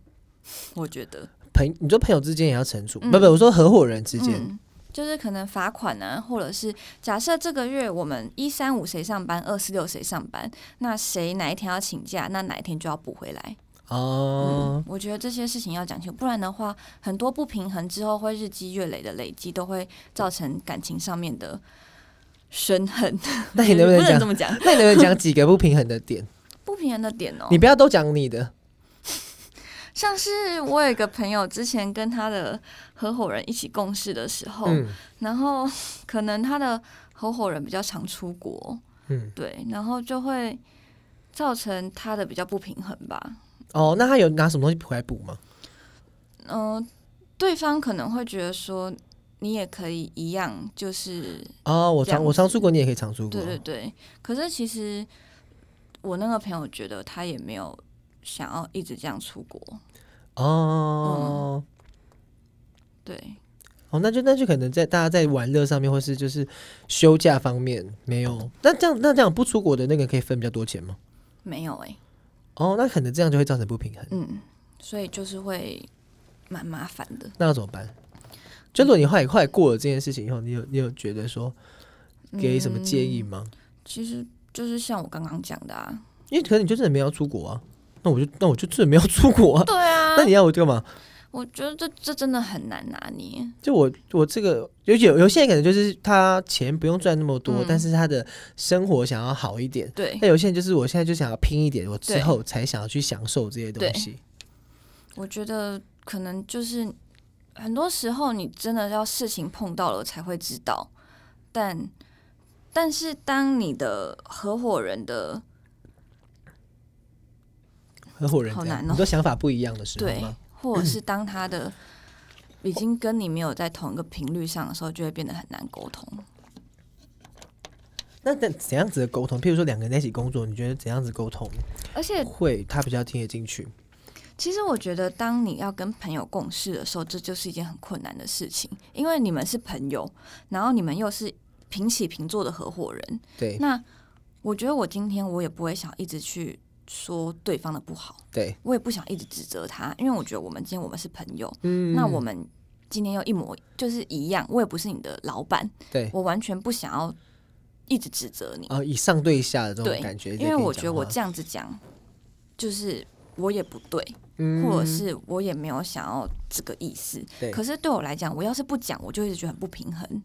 Speaker 2: 我觉得，
Speaker 1: 朋，你说朋友之间也要惩处，
Speaker 2: 嗯
Speaker 1: 不不，我说合伙人之间，
Speaker 2: 嗯，就是可能罚款啊，或者是假设这个月我们一三五谁上班，二四六谁上班，那谁哪一天要请假，那哪一天就要补回来。
Speaker 1: 哦
Speaker 2: 嗯，，我觉得这些事情要讲清楚，不然的话，很多不平衡之后会日积月累的累积，都会造成感情上面的深 恨。
Speaker 1: 那哎你能不 能
Speaker 2: 嗯能这
Speaker 1: 讲？
Speaker 2: 么讲？
Speaker 1: 那你能不能讲几个不平衡的点？
Speaker 2: 不平衡的点哦、
Speaker 1: 你不要都讲你的，
Speaker 2: 像是我有一个朋友，之前跟他的合伙人一起共事的时候，
Speaker 1: 嗯
Speaker 2: 然后可能他的合伙人比较常出国，
Speaker 1: 嗯，
Speaker 2: 对，然后就会造成他的比较不平衡吧。
Speaker 1: 哦，那他有拿什么东西回来补吗？
Speaker 2: 嗯、对方可能会觉得说，你也可以一样，就是
Speaker 1: 哦，我
Speaker 2: 这样
Speaker 1: 常我常
Speaker 2: 子
Speaker 1: 出国，你也可以常出国
Speaker 2: 对，对对。可是其实我那个朋友觉得他也没有想要一直这样出国，
Speaker 1: 哦。
Speaker 2: 嗯对，
Speaker 1: 哦，那就那就可能在大家在玩乐上面，或是就是休假方面没有。那这样那这样不出国的那个可以分比较多钱吗？
Speaker 2: 没有哎、
Speaker 1: 哦，那可能这样就会造成不平衡，
Speaker 2: 嗯，所以就是会蛮麻烦的。
Speaker 1: 那要怎么办？就如果你后来后来过了这件事情以后，你有你有觉得说给什么建议
Speaker 2: 嗯
Speaker 1: 吗？
Speaker 2: 其实就是像我刚刚讲的啊，
Speaker 1: 因为可能你就真的没有要出国啊，那我就那我就真的没有出国啊，
Speaker 2: 对啊
Speaker 1: 那你要我干嘛？
Speaker 2: 我觉得这这真的很难拿捏。
Speaker 1: 就我我这个有有有些人可能就是他钱不用赚那么多，
Speaker 2: 嗯
Speaker 1: 但是他的生活想要好一点。
Speaker 2: 对，
Speaker 1: 那有些人就是我现在就想要拼一点，我之
Speaker 2: 对
Speaker 1: 后才想要去享受这些东西。
Speaker 2: 我觉得可能就是很多时候你真的要事情碰到了才会知道，但但是当你的合伙人的
Speaker 1: 合伙人
Speaker 2: 好
Speaker 1: 这样
Speaker 2: 难哦
Speaker 1: 你都想法不一样的时候
Speaker 2: 对
Speaker 1: 吗？，
Speaker 2: 或者是当他的已经跟你没有在同一个频率上的时候，就会变得很难沟通。
Speaker 1: 那怎怎样子的沟通？譬如说两个人在一起工作，你觉得怎样子沟通
Speaker 2: 而且，
Speaker 1: 会他比较听得进去？
Speaker 2: 其实我觉得，当你要跟朋友共事的时候，这就是一件很困难的事情，因为你们是朋友，然后你们又是平起平坐的合伙人，
Speaker 1: 对
Speaker 2: 那我觉得我今天我也不会想一直去说对方的不好，
Speaker 1: 对，
Speaker 2: 我也不想一直指责他，因为我觉得我们今天我们是朋友，
Speaker 1: 嗯
Speaker 2: 那我们今天又一模就是一样，我也不是你的老板，
Speaker 1: 对
Speaker 2: 我完全不想要一直指责你，
Speaker 1: 啊、以上对下的这种
Speaker 2: 对
Speaker 1: 感觉，在
Speaker 2: 因为
Speaker 1: 跟你
Speaker 2: 我
Speaker 1: 讲
Speaker 2: 觉得我
Speaker 1: 话
Speaker 2: 这样子讲就是我也不对，
Speaker 1: 嗯
Speaker 2: 或者是我也没有想要这个意思
Speaker 1: 对。
Speaker 2: 可是对我来讲，我要是不讲，我就一直觉得很不平衡。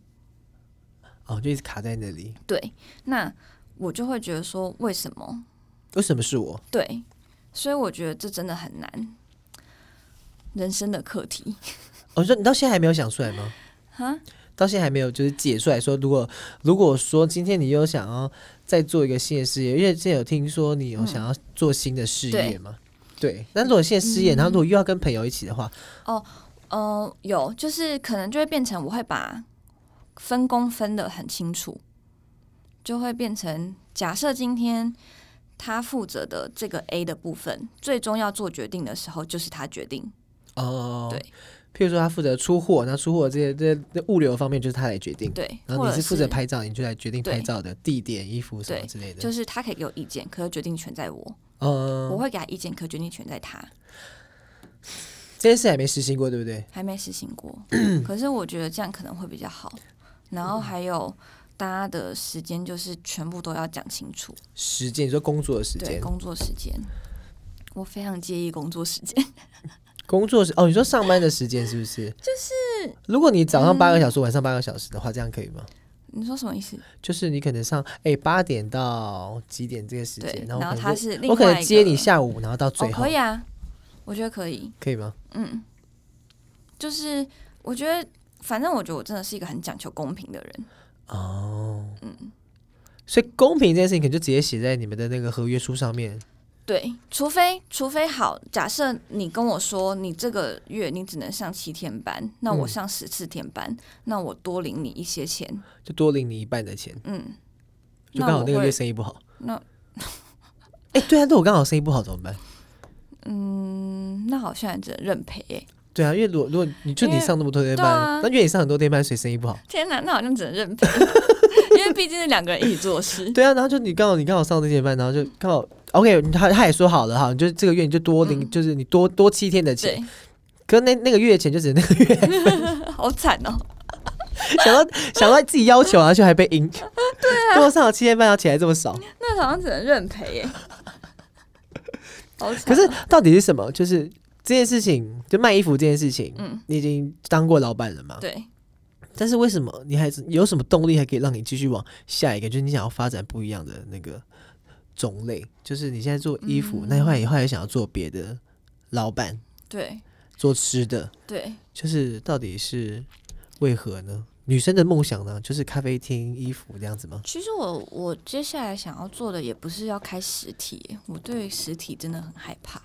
Speaker 1: 哦，就一直卡在那里。
Speaker 2: 对，那我就会觉得说，为什么？
Speaker 1: 为什么是我？
Speaker 2: 对，所以我觉得这真的很难，人生的课题
Speaker 1: 哦，就你到现在还没有想出来吗？
Speaker 2: 哈。
Speaker 1: 到现在还没有就是解出来说，如果如果说今天你又想要再做一个新的事业，因为之前有听说你
Speaker 2: 嗯
Speaker 1: 有想要做新的事业嘛，对。那如果现在失
Speaker 2: 嗯
Speaker 1: 业，然后如果又要跟朋友一起的话，
Speaker 2: 呃，有就是可能就会变成我会把分工分得很清楚，就会变成假设今天他负责的这个 A 的部分，最终要做决定的时候就是他决定。
Speaker 1: 哦、
Speaker 2: 对，
Speaker 1: 譬如说他负责出货，那出货这些这些物流方面就是他来决定，
Speaker 2: 对，
Speaker 1: 然后嗯
Speaker 2: 或
Speaker 1: 你
Speaker 2: 者
Speaker 1: 是负责拍照，你就来决定
Speaker 2: 对
Speaker 1: 拍照的地点、衣服什么
Speaker 2: 对
Speaker 1: 之类的
Speaker 2: 就。是他可以给我意见，可是决定权在我，
Speaker 1: 嗯，
Speaker 2: 我会给他意见，可决定权在他。
Speaker 1: 这件事还没实行过，对不对？
Speaker 2: 还没实行 过，可是我觉得这样可能会比较好。然后还有大家的时间就是全部都要讲清楚，
Speaker 1: 时间，你说工作的时
Speaker 2: 对
Speaker 1: 间，
Speaker 2: 工作时间，我非常介意工作时间。
Speaker 1: 工作时哦，你说上班的时间是不是？就是如果你早上
Speaker 2: 嗯
Speaker 1: 八个小时，晚上八个小时的话，这样可以吗？
Speaker 2: 你说什么意思？
Speaker 1: 就是你可能上哎八、8点到几点这个时间
Speaker 2: 对，，
Speaker 1: 后
Speaker 2: 然
Speaker 1: 可
Speaker 2: 后
Speaker 1: 能
Speaker 2: 他
Speaker 1: 就是
Speaker 2: 另
Speaker 1: 我可
Speaker 2: 外
Speaker 1: 能
Speaker 2: 一
Speaker 1: 接
Speaker 2: 个
Speaker 1: 你下午，然后到最
Speaker 2: 哦，
Speaker 1: 后、
Speaker 2: 可以啊，我觉得可以，
Speaker 1: 可以吗？
Speaker 2: 嗯，就是我觉得，反正我觉得我真的是一个很讲求公平的人，
Speaker 1: 哦，
Speaker 2: 嗯
Speaker 1: 所以公平这件事情，可能就直接写在你们的那个合约书上面。
Speaker 2: 对，除非除非好，假设你跟我说你这个月你只能上七天班，那我
Speaker 1: 嗯
Speaker 2: 上十四天班，那我多领你一些钱，
Speaker 1: 就多领你一半的钱，
Speaker 2: 嗯，
Speaker 1: 就
Speaker 2: 那
Speaker 1: 刚好
Speaker 2: 我
Speaker 1: 那个月
Speaker 2: 会
Speaker 1: 生意不好。
Speaker 2: 那
Speaker 1: 哎、对啊，那我刚好生意不好怎么办？
Speaker 2: 嗯，那好像也只能认赔、欸，
Speaker 1: 对啊，因为如果如果你就
Speaker 2: 因
Speaker 1: 你
Speaker 2: 为
Speaker 1: 上那么多天
Speaker 2: 对
Speaker 1: 班，
Speaker 2: 啊
Speaker 1: 那因为你上很多天班，所以生意不好。
Speaker 2: 天哪，那好像只能认赔，因为毕竟是两个人一起做事，
Speaker 1: 对啊，然后就你刚好你刚好上这些班，然后就刚好 OK，他他也说好了哈，你就这个月你就多领，
Speaker 2: 嗯
Speaker 1: 就是你多多七天的钱，
Speaker 2: 对，
Speaker 1: 可是那那个月的钱就只能那个月
Speaker 2: 好惨哦、
Speaker 1: 想到想到自己要求，然后就还被 赢，对啊，多上了七天班，然后钱还这么少，
Speaker 2: 那好像只能认赔耶、好惨
Speaker 1: 可
Speaker 2: 哦
Speaker 1: 是到底是什么？就是这件事情，就卖衣服这件事情，
Speaker 2: 嗯，
Speaker 1: 你已经当过老板了嘛？
Speaker 2: 对，
Speaker 1: 但是为什么你还是有什么动力，还可以让你继续往下一个？就是你想要发展不一样的那个种类，就是你现在做衣服，那你后来后来想要做别的老板，
Speaker 2: 对，
Speaker 1: 做吃的，
Speaker 2: 对，
Speaker 1: 就是到底是为何呢？女生的梦想呢，就是咖啡厅、衣服这样子吗？
Speaker 2: 其实我我接下来想要做的也不是要开实体耶，我对实体真的很害怕。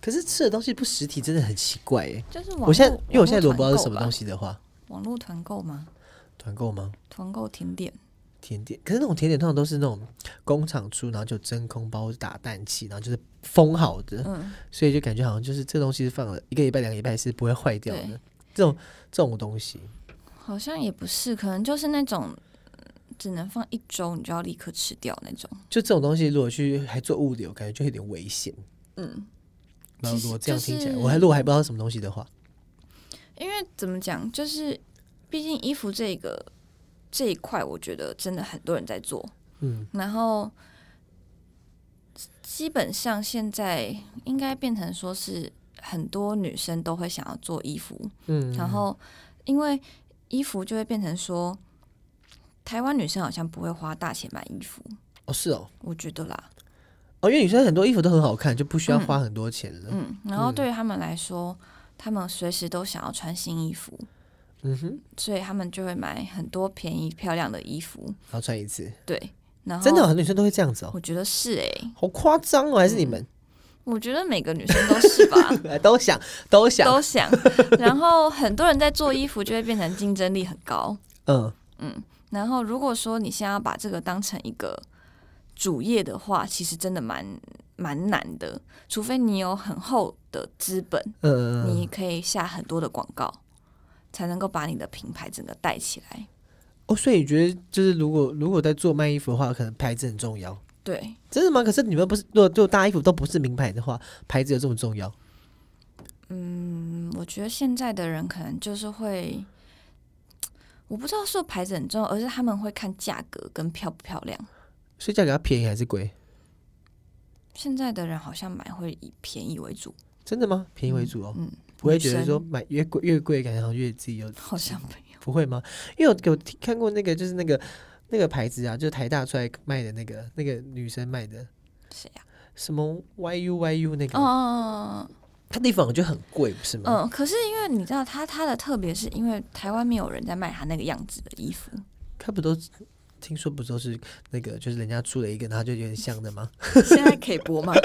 Speaker 1: 可是吃的东西不实体真的很奇怪耶、
Speaker 2: 就是网
Speaker 1: 我现在
Speaker 2: 络
Speaker 1: 因为我现在如果不知道是什么东，
Speaker 2: 网络
Speaker 1: 西
Speaker 2: 团购吧
Speaker 1: 的话，
Speaker 2: 网络团购吗？
Speaker 1: 团购吗？
Speaker 2: 团购甜点，
Speaker 1: 甜点，可是那种甜点通常都是那种工厂出，然后就真空包打蛋器，然后就是封好的，
Speaker 2: 嗯，
Speaker 1: 所以就感觉好像就是这东西是放了一个礼拜、两个礼拜是不会坏掉的
Speaker 2: 对。
Speaker 1: 这种这种东西，
Speaker 2: 好像也不是，可能就是那种嗯只能放一周，你就要立刻吃掉那种。
Speaker 1: 就这种东西，如果去还做物流，感觉就有点危险。
Speaker 2: 嗯，
Speaker 1: 然后如果这
Speaker 2: 其实
Speaker 1: 样听起来，
Speaker 2: 就是
Speaker 1: 我还如果还不知道是什么东西的话，
Speaker 2: 因为怎么讲，就是毕竟衣服这个这一块，我觉得真的很多人在做，
Speaker 1: 嗯，
Speaker 2: 然后基本上现在应该变成说是很多女生都会想要做衣服，
Speaker 1: 嗯
Speaker 2: 然后因为衣服就会变成说，台湾女生好像不会花大钱买衣服，
Speaker 1: 哦是哦
Speaker 2: 我觉得啦，
Speaker 1: 哦，因为女生很多衣服都很好看，就不需要花很多钱了。
Speaker 2: 嗯，然后对于她们来说，她们随时都想要穿新衣服，
Speaker 1: 嗯哼，
Speaker 2: 所以她们就会买很多便宜漂亮的衣服，
Speaker 1: 然后穿一次，
Speaker 2: 对，然后
Speaker 1: 真的、哦、很多女生都会这样子哦，
Speaker 2: 我觉得是欸诶、
Speaker 1: 好夸张哦，还是你们、
Speaker 2: 我觉得每个女生都 是吧。
Speaker 1: 都想都想，
Speaker 2: 嗯都想。然后很多人在做衣服，就会变成竞争力很高。
Speaker 1: 嗯，
Speaker 2: 然后如果说你现在要把这个当成一个主业的话，其实真的蛮蛮难的，除非你有很厚的资本，
Speaker 1: 嗯
Speaker 2: 你可以下很多的广告，才能够把你的品牌整个带起来。
Speaker 1: 哦，所以你觉得就是如果如果在做卖衣服的话，可能牌子很重要，
Speaker 2: 对，
Speaker 1: 真的吗？可是你们不是如果做大家衣服都不是名牌的话，牌子有这么重要？
Speaker 2: 嗯，我觉得现在的人可能就是会。我不知道说牌子很重要，而是他们会看价格跟漂不漂亮。
Speaker 1: 所以价格要便宜还是贵？
Speaker 2: 现在的人好像买会以便宜为主，
Speaker 1: 真的吗？便宜为主哦，
Speaker 2: 嗯，
Speaker 1: 不会觉得说买越贵越贵，感觉好像越自己有
Speaker 2: 好像没有。
Speaker 1: 不会吗？因为我有听看过那个就是那个那个牌子啊，就是台大出来卖的那个那个女生卖的
Speaker 2: 谁呀、
Speaker 1: 什么 YU YU 那个，
Speaker 2: 哦，
Speaker 1: 它地方就很贵，不是吗？
Speaker 2: 嗯，可是因为你知道他他的特别是因为台湾没有人在卖他那个样子的衣服，
Speaker 1: 它不都听说不都是那个就是人家出了一个，然后就有点像的吗？
Speaker 2: 现在可以播吗？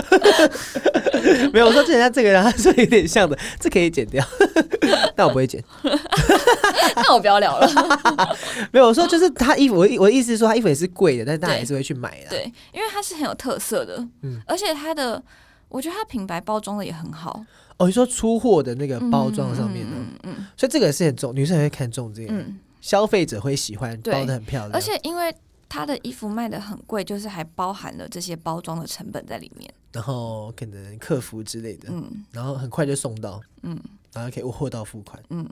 Speaker 1: 没有，我说人家这个，然后说有点像的，这可以剪掉， 但我不会剪。
Speaker 2: 那我不要聊了。
Speaker 1: 没有，我说就是他衣服，我我的意思是说他衣服也是贵的，但是大家还是会去买的。，
Speaker 2: 对，因为它是很有特色的，
Speaker 1: 嗯
Speaker 2: 而且它的我觉得它品牌包装的也很好，
Speaker 1: 哦，你说出货的那个包装上面的，
Speaker 2: 嗯嗯嗯
Speaker 1: 所以这个也是很重，女生也会看重这个，
Speaker 2: 嗯，
Speaker 1: 消费者会喜欢，
Speaker 2: 对
Speaker 1: 包的很漂亮。
Speaker 2: 而且因为它的衣服卖的很贵，就是还包含了这些包装的成本在里 面，
Speaker 1: 然后可能客服之类的，
Speaker 2: 嗯
Speaker 1: 然后很快就送到，
Speaker 2: 嗯
Speaker 1: 然后可以货到付款。
Speaker 2: 嗯，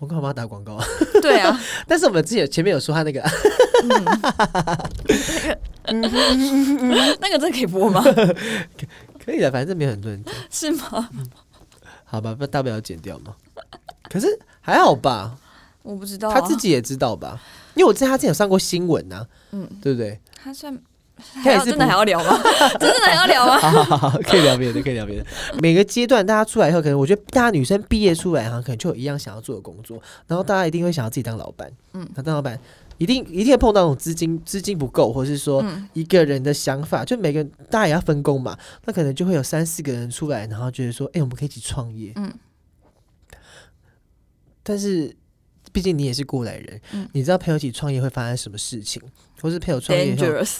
Speaker 1: 我干嘛打广告啊？
Speaker 2: 对啊，
Speaker 1: 但是我们之前前面有说他那个，
Speaker 2: 那个这可以播吗？
Speaker 1: 可以的，反正没有很多人听，
Speaker 2: 是吗？
Speaker 1: 好吧，不大不了剪掉嘛。可是还好吧，
Speaker 2: 我不知道、啊，
Speaker 1: 他自己也知道吧？因为我知道他之前有上过新闻呐、
Speaker 2: 嗯
Speaker 1: 啊对不对？
Speaker 2: 他算还要真的还要聊吗？ 真的还要聊吗？
Speaker 1: 好好好， 可以聊别的，可以聊别的。每个阶段大家出来以后，可能我觉得大家女生毕业出来哈，可能就有一样想要做的工作，然后大家一定会想要自己当老板。嗯
Speaker 2: 嗯，
Speaker 1: 那当老板一定一定会碰到那种资金资金不够，或是说
Speaker 2: 嗯，
Speaker 1: 一个人的想法，就每个人大家也要分工嘛，那可能就会有三四个人出来，然后觉得说，哎、我们可以一起创业。嗯
Speaker 2: 嗯，
Speaker 1: 但是毕竟你也是过来人，
Speaker 2: 嗯
Speaker 1: 你知道朋友一起创业会发生什么事情，或是朋友创业以后。
Speaker 2: dangerous，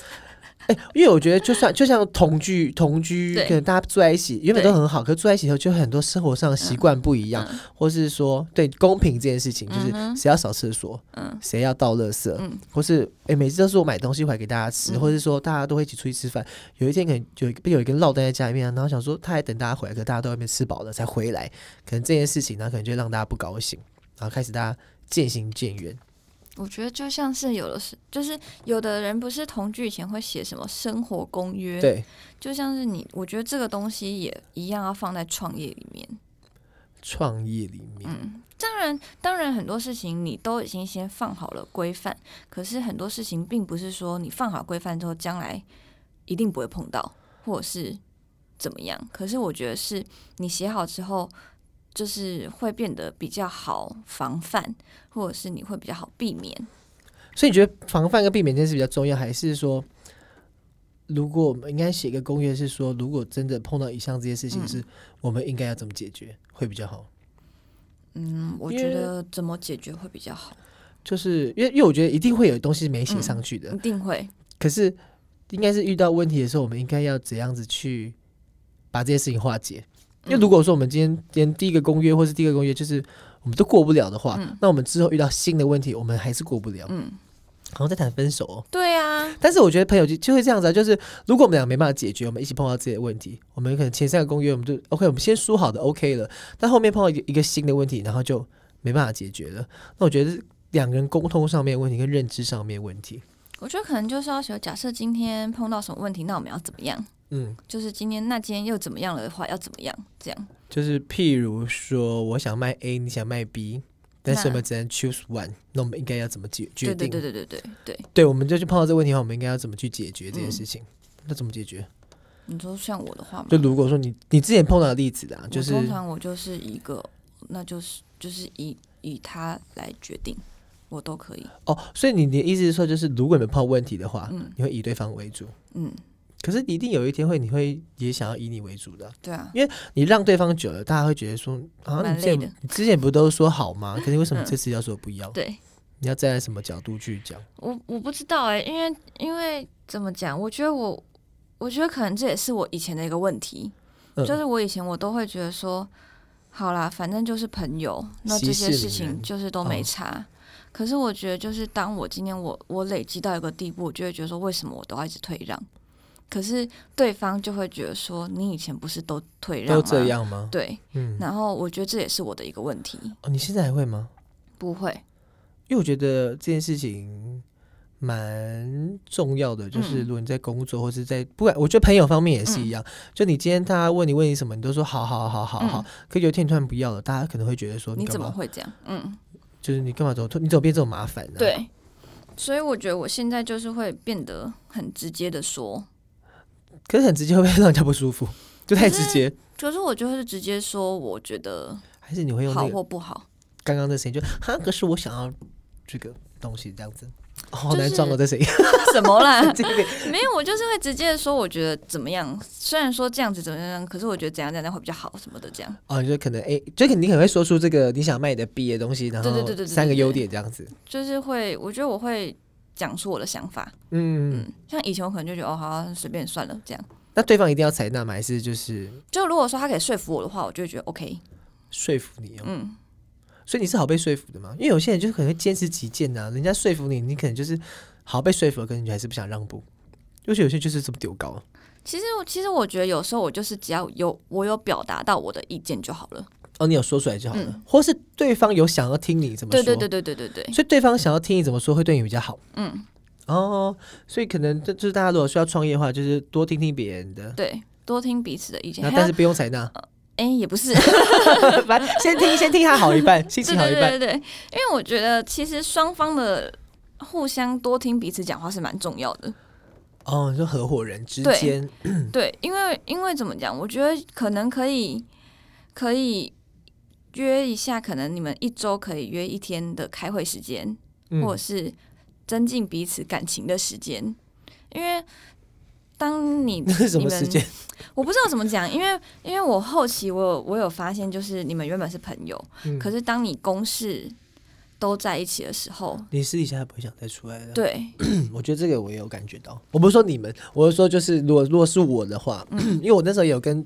Speaker 1: 哎、因为我觉得就算就像同居同居，
Speaker 2: 对
Speaker 1: 可能大家住在一起原本都
Speaker 2: 对
Speaker 1: 很好，可住在一起以后就很多生活上的习惯不一样，
Speaker 2: 嗯
Speaker 1: 或是说对公平这件事情，就
Speaker 2: 嗯
Speaker 1: 是
Speaker 2: 哼
Speaker 1: 谁要扫厕所，
Speaker 2: 嗯
Speaker 1: 谁要倒垃圾，
Speaker 2: 嗯
Speaker 1: 或是哎、每次都是我买东西回来给大家吃，
Speaker 2: 嗯
Speaker 1: 或是说大家都会一起出去吃饭，有一天可能有一有一个人落单在家里面啊、然后想说他还等大家回来，可大家都在外面吃饱了才回来，可能这件事情然后可能就让大家不高兴，然后开始大家渐行渐远。
Speaker 2: 我觉得就像是有的是，就是有的人不是同居以前会写什么生活公约，，
Speaker 1: 对，
Speaker 2: 就像是你，我觉得这个东西也一样要放在创业里面。
Speaker 1: 创业里面，
Speaker 2: 嗯，当然，当然很多事情你都已经先放好了规范，可是很多事情并不是说你放好规范之后，将来一定不会碰到，或者是怎么样。可是我觉得是你写好之后，就是会变得比较好防范，或者是你会比较好避免。
Speaker 1: 所以你觉得防范跟避免这件事比较重要，还是说，如果我们应该写一个公约，是说如果真的碰到以上这些事情
Speaker 2: 嗯
Speaker 1: 是，我们应该要怎么解决会比较好？
Speaker 2: 嗯，我
Speaker 1: 因
Speaker 2: 觉
Speaker 1: 为
Speaker 2: 得怎么解决会比较好，
Speaker 1: 就是因为因为我觉得一定会有东西没写上去的，
Speaker 2: 一定会。
Speaker 1: 可是应该是遇到问题的时候，我们应该要怎样子去把这些事情化解？
Speaker 2: 嗯
Speaker 1: 因为如果说我们今天连第一个公约或是第二个公约就是我们都过不了的话，
Speaker 2: 嗯
Speaker 1: 那我们之后遇到新的问题，我们还是过不了。
Speaker 2: 嗯，
Speaker 1: 好像在谈分手哦。
Speaker 2: 对啊，
Speaker 1: 但是我觉得朋友就就会这样子啊，就是如果我们俩没办法解决，我们一起碰到自己的问题，我们可能前三个公约我们就 OK，我们先说好的 OK 了，但后面碰到一个一个新的问题，然后就没办法解决了。那我觉得是两个人沟通上面的问题跟认知上面的问题，
Speaker 2: 我觉得可能就是要学，假设今天碰到什么问题，那我们要怎么样？
Speaker 1: 嗯，
Speaker 2: 就是今天那今天又怎么样了的话，要怎么样？这样
Speaker 1: 就是譬如说我想卖 A，你想卖 B。但是
Speaker 2: 那
Speaker 1: 我们只能 choose one，那我们应该要怎么解决
Speaker 2: 对
Speaker 1: 定？
Speaker 2: 对对对对对对。
Speaker 1: 对我们就去碰到这个问题的话，我们应该要怎么去解决这件
Speaker 2: 嗯
Speaker 1: 事情？那怎么解决？
Speaker 2: 你说像我的话嘛，
Speaker 1: 就如果说你你之前碰到的例子啦，
Speaker 2: 我
Speaker 1: 就是
Speaker 2: 通常我就是一个，那就是就是以以他来决定，我都可以。
Speaker 1: 哦，所以你的意思是说，就是如果你们碰到问题的话，
Speaker 2: 嗯
Speaker 1: 你会以对方为主。
Speaker 2: 嗯，
Speaker 1: 可是一定有一天会，你会也想要以你为主的啊。
Speaker 2: 对啊，
Speaker 1: 你让对方久了，大家会觉得说，啊，
Speaker 2: 蛮
Speaker 1: 你之
Speaker 2: 累
Speaker 1: 前
Speaker 2: 的
Speaker 1: 你之前不都说好吗？可是为什么
Speaker 2: 嗯
Speaker 1: 这次要说不要？
Speaker 2: 对
Speaker 1: 你要站在什么角度去讲？
Speaker 2: 我我不知道哎、因为因为怎么讲，我觉得我我觉得可能这也是我以前的一个问题，
Speaker 1: 嗯，
Speaker 2: 就是我以前我都会觉得说，好啦，反正就是朋友，那
Speaker 1: 息
Speaker 2: 这些
Speaker 1: 事
Speaker 2: 事
Speaker 1: 宁
Speaker 2: 情
Speaker 1: 人嗯
Speaker 2: 就是都没差。可是我觉得，就是当我今天我我累积到一个地步，我就会觉得说，为什么我都要一直退让？可是对方就会觉得说，你以前不是都退让
Speaker 1: 都
Speaker 2: 吗？
Speaker 1: 这样吗？
Speaker 2: 对，
Speaker 1: 嗯，
Speaker 2: 然后我觉得这也是我的一个问题，
Speaker 1: 哦，你现在还会吗？
Speaker 2: 不会，
Speaker 1: 哦因为我觉得这件事情蛮重要的，就是
Speaker 2: 嗯
Speaker 1: 如果你在工作或是在不管，我觉得朋友方面也是一样。就你今天他问你问你什么，你都说好好好好好，可有一天你突然不要了，大家可能会觉得说
Speaker 2: 嗯你
Speaker 1: 干
Speaker 2: 怎
Speaker 1: 嘛
Speaker 2: 么会这样？嗯，
Speaker 1: 就是你干嘛走？你怎么变这种麻烦呢、，啊
Speaker 2: 对，所以我觉得我现在就是会变得很直接的说，
Speaker 1: 可是很直接会不会让人家不舒服？就太直接，
Speaker 2: 可是我就是直接说，我觉得
Speaker 1: 还是你会用
Speaker 2: 好
Speaker 1: 那个
Speaker 2: 或不好。
Speaker 1: 刚刚的声音，就哈，可是我想要这个东西这样子，哦好
Speaker 2: 就是
Speaker 1: 难撞哦，这声 音。
Speaker 2: 什么啦？
Speaker 1: 这个
Speaker 2: 没有，我就是会直接说，我觉得怎么样？虽然说这样子怎么样，可是我觉得怎样怎样会比较好什么的，这样
Speaker 1: 哦，你就可能哎，就肯定可能会说出这个你想卖的 B 的东西，然
Speaker 2: 对对对
Speaker 1: 后
Speaker 2: 对对
Speaker 1: 三个
Speaker 2: 对对
Speaker 1: 优点这样子。
Speaker 2: 就是会，我觉得我会讲出我的想法。
Speaker 1: 嗯，
Speaker 2: 嗯，像以前我可能就觉得哦，好啊，随便算了这样。
Speaker 1: 那对方一定要采纳吗？还是就是
Speaker 2: 就如果说他可以说服我的话，我就会觉得 OK。
Speaker 1: 说服你哦？
Speaker 2: 嗯，
Speaker 1: 所以你是好被说服的吗？因为有些人就是可能会坚持己见呐、人家说服你，你可能就是好被说服了，可是你还是不想让步。尤其有些就是这么丢高，
Speaker 2: 其实我其实我觉得有时候我就是只要有我有表达到我的意见就好了。
Speaker 1: 哦，你有说出来就好了，
Speaker 2: 嗯
Speaker 1: 或是对方有想要听你怎么
Speaker 2: 对
Speaker 1: 说，
Speaker 2: 对对对对对对，
Speaker 1: 所以对方想要听你怎么说会对你比较好
Speaker 2: 嗯，
Speaker 1: 哦。所以可能这就是大家如果需要创业的话，就是多听听别人的，
Speaker 2: 对，多听彼此的意见。
Speaker 1: 然后
Speaker 2: 还
Speaker 1: 但
Speaker 2: 有
Speaker 1: 是不用采 纳，
Speaker 2: 哎、也不是，
Speaker 1: 反正 先听先 听他好一 半，心情好一
Speaker 2: 对
Speaker 1: 半。
Speaker 2: 对对对，对因为我觉得其实双方的互相多听彼此讲话是蛮重要的。
Speaker 1: 哦，你说合伙人之
Speaker 2: 对
Speaker 1: 间，
Speaker 2: 对，因为因为怎么讲，我觉得可能可以可以约一下，可能你们一周可以约一天的开会时间，
Speaker 1: 嗯
Speaker 2: 或者是增进彼此感情的时间，因为。当你
Speaker 1: 那是什
Speaker 2: 你
Speaker 1: 么
Speaker 2: 们
Speaker 1: 时间？
Speaker 2: 我不知道怎么讲，因为因为我后期我有我有发现，就是你们原本是朋友，
Speaker 1: 嗯
Speaker 2: 可是当你公事都在一起的时候，
Speaker 1: 你私底下不会想再出来的。
Speaker 2: 对，
Speaker 1: 我觉得这个我也有感觉到。我不是说你们，我是说就是如果如果是我的话，
Speaker 2: 嗯
Speaker 1: 因为我那时候有跟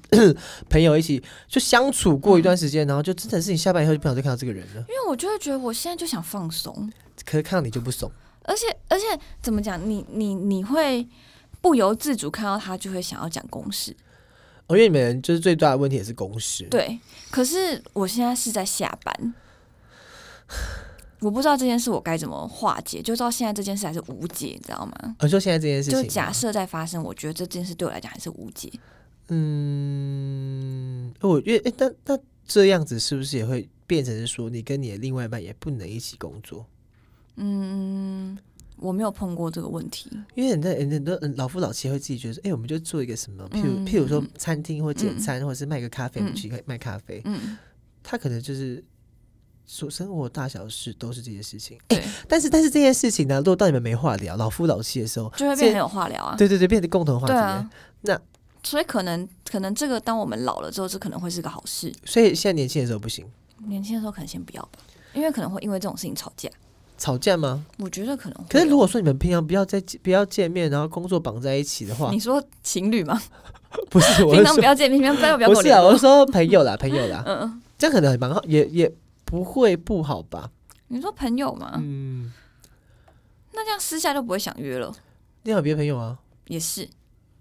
Speaker 1: 朋友一起就相处过一段时
Speaker 2: 嗯
Speaker 1: 间，然后就真的是你下班以后就不想再看到这个人了。
Speaker 2: 因为我就会觉得我现在就想放松，
Speaker 1: 可是看到你就不怂，
Speaker 2: 而且而且怎么讲，你你你会不由自主看到他就会想要讲公事，
Speaker 1: 哦因为你们就是最大的问题也是公事。，
Speaker 2: 对。可是我现在是在下班，我不知道这件事我该怎么化解，就到现在这件事还是无解，你知道吗？
Speaker 1: 而说哦现在这件事
Speaker 2: 就
Speaker 1: 情，
Speaker 2: 假设在发生，我觉得这件事对我来讲还是无解。
Speaker 1: 嗯，我觉得诶那那这样子是不是也会变成是说你跟你的另外一半也不能一起工作？
Speaker 2: 嗯，我没有碰过这个问题。
Speaker 1: 因为很多很多嗯老夫老妻会自己觉得说，哎、我们就做一个什么，譬如、譬如说餐厅或简餐，或者是卖个咖啡，我们
Speaker 2: 嗯
Speaker 1: 去卖咖啡。
Speaker 2: 嗯，
Speaker 1: 他可能就是所生活大小事都是这些事情。
Speaker 2: 对，
Speaker 1: 但是但是这件事情呢，如果到你们没话聊，老夫老妻的时候，
Speaker 2: 就会变得很有话聊啊。
Speaker 1: 对对对，变成共同话题
Speaker 2: 对
Speaker 1: 了。
Speaker 2: 啊，
Speaker 1: 那
Speaker 2: 所以可能可能这个，当我们老了之后，这可能会是个好事。
Speaker 1: 所以现在年轻的时候不行，
Speaker 2: 年轻的时候可能先不要吧，因为可能会因为这种事情吵架。
Speaker 1: 吵架吗？
Speaker 2: 我觉得可能会有。
Speaker 1: 可是如果说你们平常不要再不要见面，然后工作绑在一起的话
Speaker 2: 你，说情侣嘛，
Speaker 1: 不 是啊我
Speaker 2: 平
Speaker 1: 是
Speaker 2: 常不
Speaker 1: 说
Speaker 2: 要见面，平常不要不要跟
Speaker 1: 不
Speaker 2: 我
Speaker 1: 是
Speaker 2: 联
Speaker 1: 啊，
Speaker 2: 络。
Speaker 1: 我是说朋友啦，朋友啦，
Speaker 2: 嗯嗯，
Speaker 1: 这样可能很蛮好，也也不会不好吧？
Speaker 2: 你说朋友嘛，
Speaker 1: 嗯，
Speaker 2: 那这样私下就不会想约了，
Speaker 1: 你有别的朋友啊，
Speaker 2: 也是。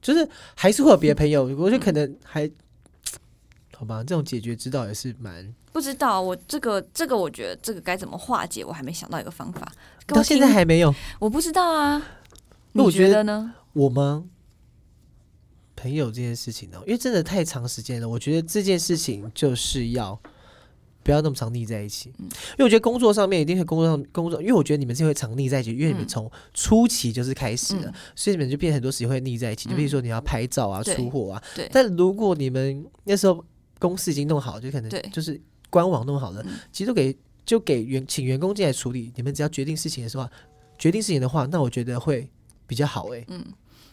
Speaker 1: 就是还是会有别的朋友，我
Speaker 2: 嗯
Speaker 1: 觉得可能还好吧，这种解决之道也是蛮
Speaker 2: 不知道我这个这个，我觉得这个该怎么化解，我还没想到一个方法。跟
Speaker 1: 到
Speaker 2: 我
Speaker 1: 现
Speaker 2: 听
Speaker 1: 在还没有
Speaker 2: 我不知道啊，
Speaker 1: 那
Speaker 2: 你
Speaker 1: 我觉
Speaker 2: 觉
Speaker 1: 得
Speaker 2: 得呢？
Speaker 1: 我吗？朋友这件事情呢、因为真的太长时间了，我觉得这件事情就是要不要那么常腻在一起。
Speaker 2: 嗯
Speaker 1: 因为我觉得工作上面一定会工作上工作，因为我觉得你们是会常腻在一起，因为你们
Speaker 2: 嗯
Speaker 1: 从初期就是开始的，
Speaker 2: 嗯
Speaker 1: 所以你们就变很多时间会腻在一起。就比如说你要拍照啊、
Speaker 2: 对
Speaker 1: 出货啊，
Speaker 2: 对
Speaker 1: 但如果你们那时候公司已经弄好，就可能
Speaker 2: 对
Speaker 1: 就是官网弄好了
Speaker 2: 嗯，
Speaker 1: 其实都给就给员请员工进来处理。你们只要决定事情的时候啊，决定事情的话，那我觉得会比较好诶、欸
Speaker 2: 嗯，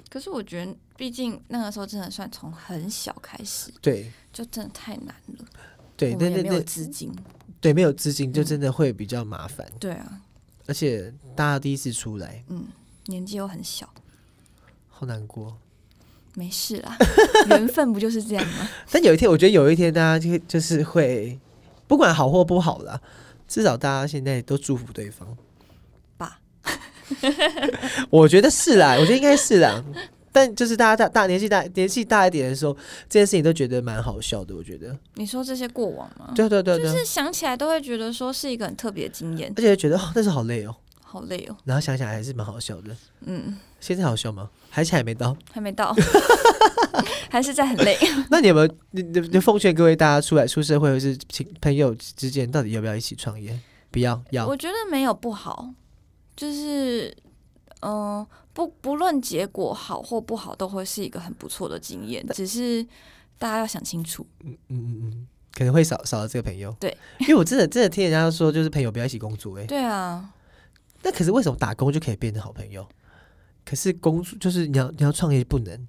Speaker 2: 可是我觉得，毕竟那个时候真的算从很小开始，
Speaker 1: 对。
Speaker 2: 就真的太难了。
Speaker 1: 对，
Speaker 2: 我
Speaker 1: 那
Speaker 2: 们
Speaker 1: 那
Speaker 2: 也没有
Speaker 1: 那
Speaker 2: 资金。
Speaker 1: 对没有资金就
Speaker 2: 嗯
Speaker 1: 真的会比较麻烦，
Speaker 2: 对啊，
Speaker 1: 而且大家第一次出来，
Speaker 2: 嗯，年纪又很小，
Speaker 1: 好难过。
Speaker 2: 没事啦， 缘分不就是这样吗？
Speaker 1: 但有一天，我觉得有一天大家就就是会，不管好或不好啦，至少大家现在都祝福对方。
Speaker 2: 吧，
Speaker 1: 我觉得是啦，我觉得应该是啦。但就是大家大大年纪大年纪大一点的时候，这件事情都觉得蛮好笑的。我觉得，
Speaker 2: 你说这些过往吗？
Speaker 1: 对啊对啊对啊对啊，
Speaker 2: 嗯就是想起来都会觉得说是一个很特别的经验
Speaker 1: 而，且觉得哦，那时候好累哦，
Speaker 2: 好累哦。
Speaker 1: 然后想想还是蛮好笑的。
Speaker 2: 嗯，
Speaker 1: 现在好笑吗？还是还没到？
Speaker 2: 还 没到，还是在很累。
Speaker 1: 那你有没有你你你奉劝各位大家出来出社会或是亲朋友之间，到底要不要一起创业？不要，要
Speaker 2: 我觉得没有不好，就是嗯、呃不不论结果好或不好，都会是一个很不错的经验。只是大家要想清楚，
Speaker 1: 可能会少少了这个朋友。
Speaker 2: 对，
Speaker 1: 因为我真的真的听人家说，就是朋友不要一起工作、欸。
Speaker 2: 对啊，
Speaker 1: 那可是为什么打工就可以变成好朋友？可是工作就是你要你要创业不能，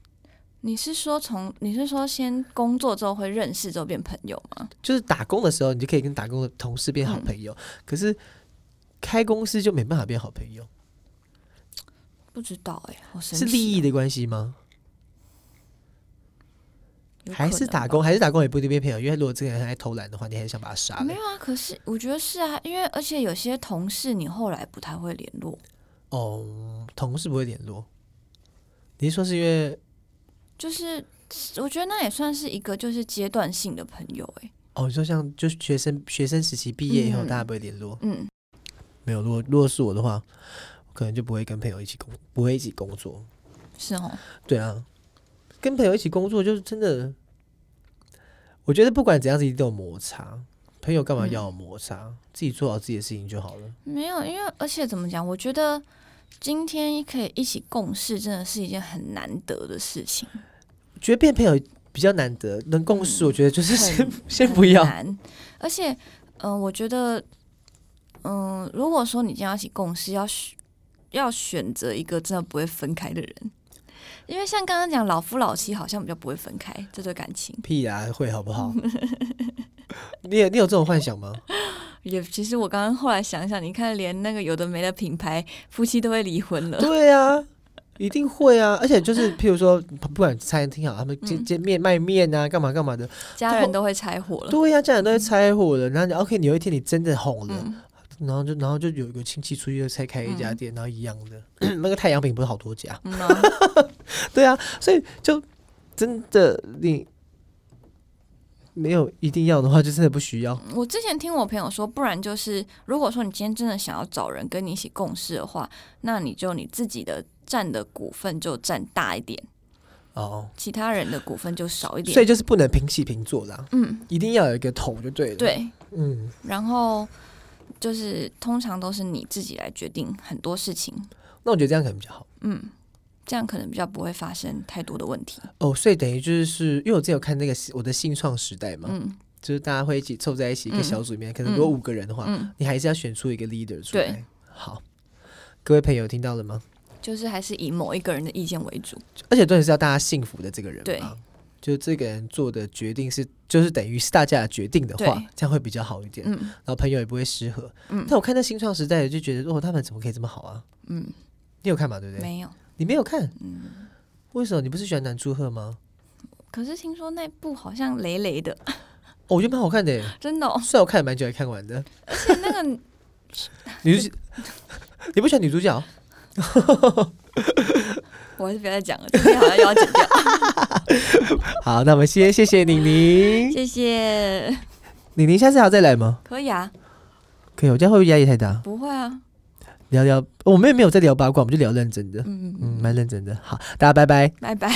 Speaker 2: 你是说从你是说先工作之后会认识之后变朋友吗？
Speaker 1: 就是打工的时候你就可以跟打工的同事变好朋友，可是开公司就没办法变好朋友，
Speaker 2: 不知道哎、好神
Speaker 1: 是
Speaker 2: 奇哦、
Speaker 1: 利益的关系吗？
Speaker 2: 有
Speaker 1: 还
Speaker 2: 可
Speaker 1: 是
Speaker 2: 能
Speaker 1: 打
Speaker 2: 吧
Speaker 1: 工？还是打工也不一定变朋友？因为如果这个人很爱偷懒的话，你很想把他杀了
Speaker 2: 没。有啊，可是我觉得是啊，因为而且有些同事你后来不太会联络，
Speaker 1: 哦，同事不会联络。你是说是因为
Speaker 2: 就是我觉得那也算是一个就是阶段性的朋友哎、
Speaker 1: 哦，你说像就是学生学生时期毕业以后，
Speaker 2: 嗯
Speaker 1: 大家不会联络？
Speaker 2: 嗯，
Speaker 1: 没有，如果如果是我的话，我可能就不会跟朋友一起工，不会一起工作。
Speaker 2: 是哦，
Speaker 1: 对啊，跟朋友一起工作就是真的，我觉得不管怎样子一定都有摩擦。朋友干
Speaker 2: 嗯
Speaker 1: 嘛要有摩擦？自己做好自己的事情就好了。
Speaker 2: 没有，因为而且怎么讲，我觉得今天可以一起共事，真的是一件很难得的事情。
Speaker 1: 觉得变朋友比较难得，能共事，我觉得就是先、
Speaker 2: 嗯很
Speaker 1: 先不要
Speaker 2: 很。难。而且，嗯、我觉得，嗯、如果说你今天要一起共事，要选要选择一个真的不会分开的人，因为像刚刚讲老夫老妻，好像比较不会分开这对感情。
Speaker 1: 屁啊，会好不 好？你有你有这种幻想吗？
Speaker 2: 也其实我刚刚后来想想，你看连那个有的没的品牌夫妻都会离婚 了，
Speaker 1: 对啊，一定会啊！而且就是 譬如说，不管餐厅好，他们见
Speaker 2: 嗯
Speaker 1: 见面卖面啊，干嘛干嘛的，
Speaker 2: 家人都会拆伙了。
Speaker 1: 对呀、啊家长都会拆伙的。然后你 OK，你有一天你真的红了，
Speaker 2: 嗯，
Speaker 1: 然后就然后就有一个亲戚出去才开一家店，然后一样的， 那个太阳饼不是好多家，
Speaker 2: 嗯啊、
Speaker 1: 对啊，所以就真的你没有一定要的话，就真的不需要。
Speaker 2: 我之前听我朋友说，不然就是，如果说你今天真的想要找人跟你一起共事的话，那你就你自己的占的股份就占大一点，
Speaker 1: 哦，
Speaker 2: 其他人的股份就少一点。
Speaker 1: 所以就是不能平起平坐啦，
Speaker 2: 嗯，
Speaker 1: 一定要有一个头就对了。，
Speaker 2: 对。
Speaker 1: 嗯，
Speaker 2: 然后就是通常都是你自己来决定很多事情，
Speaker 1: 那我觉得这样可能比较好。
Speaker 2: 嗯，这样可能比较不会发生太多的问题。
Speaker 1: 哦，所以等于就是因为我之前有看那个我的新创时代嘛，
Speaker 2: 嗯
Speaker 1: 就是大家会一起凑在一起一个
Speaker 2: 嗯
Speaker 1: 小组里面，可能如果五个人的话，
Speaker 2: 嗯，
Speaker 1: 你还是要选出一个 leader 出来
Speaker 2: 对。
Speaker 1: 好，各位朋友听到了吗？
Speaker 2: 就是还是以某一个人的意见为主。
Speaker 1: 而且重点是要大家信服的这个人
Speaker 2: 对
Speaker 1: 嘛，就这个人做的决定是，就是等于是大家决定的话
Speaker 2: 对，
Speaker 1: 这样会比较好一点，
Speaker 2: 嗯
Speaker 1: 然后朋友也不会失和。
Speaker 2: 嗯
Speaker 1: 但我看那新创时代就觉得，哦，他们怎么可以这么好啊？
Speaker 2: 嗯，
Speaker 1: 你有看嘛？对不对？
Speaker 2: 没有。
Speaker 1: 你没有看，
Speaker 2: 嗯，
Speaker 1: 为什么？你不是喜欢南柱赫吗？
Speaker 2: 可是听说那部好像雷雷的，
Speaker 1: 哦，我觉得蛮好看的耶，
Speaker 2: 真的、哦。
Speaker 1: 虽然我看了蛮久才看完的。
Speaker 2: 而且那个
Speaker 1: 女主，你不喜欢女主角？
Speaker 2: 我还是不要再讲了，这边好像又要剪掉。
Speaker 1: 好，那我们先谢谢宁宁，
Speaker 2: 谢谢，
Speaker 1: 宁宁下次还要再来吗？
Speaker 2: 可以啊，
Speaker 1: 可以，我这样会不会压力太大？
Speaker 2: 不会啊，
Speaker 1: 聊聊，我们也没有在聊八卦，我们就聊认真的，
Speaker 2: 嗯，
Speaker 1: 嗯，蛮认真的。好，大家拜拜。
Speaker 2: 拜拜。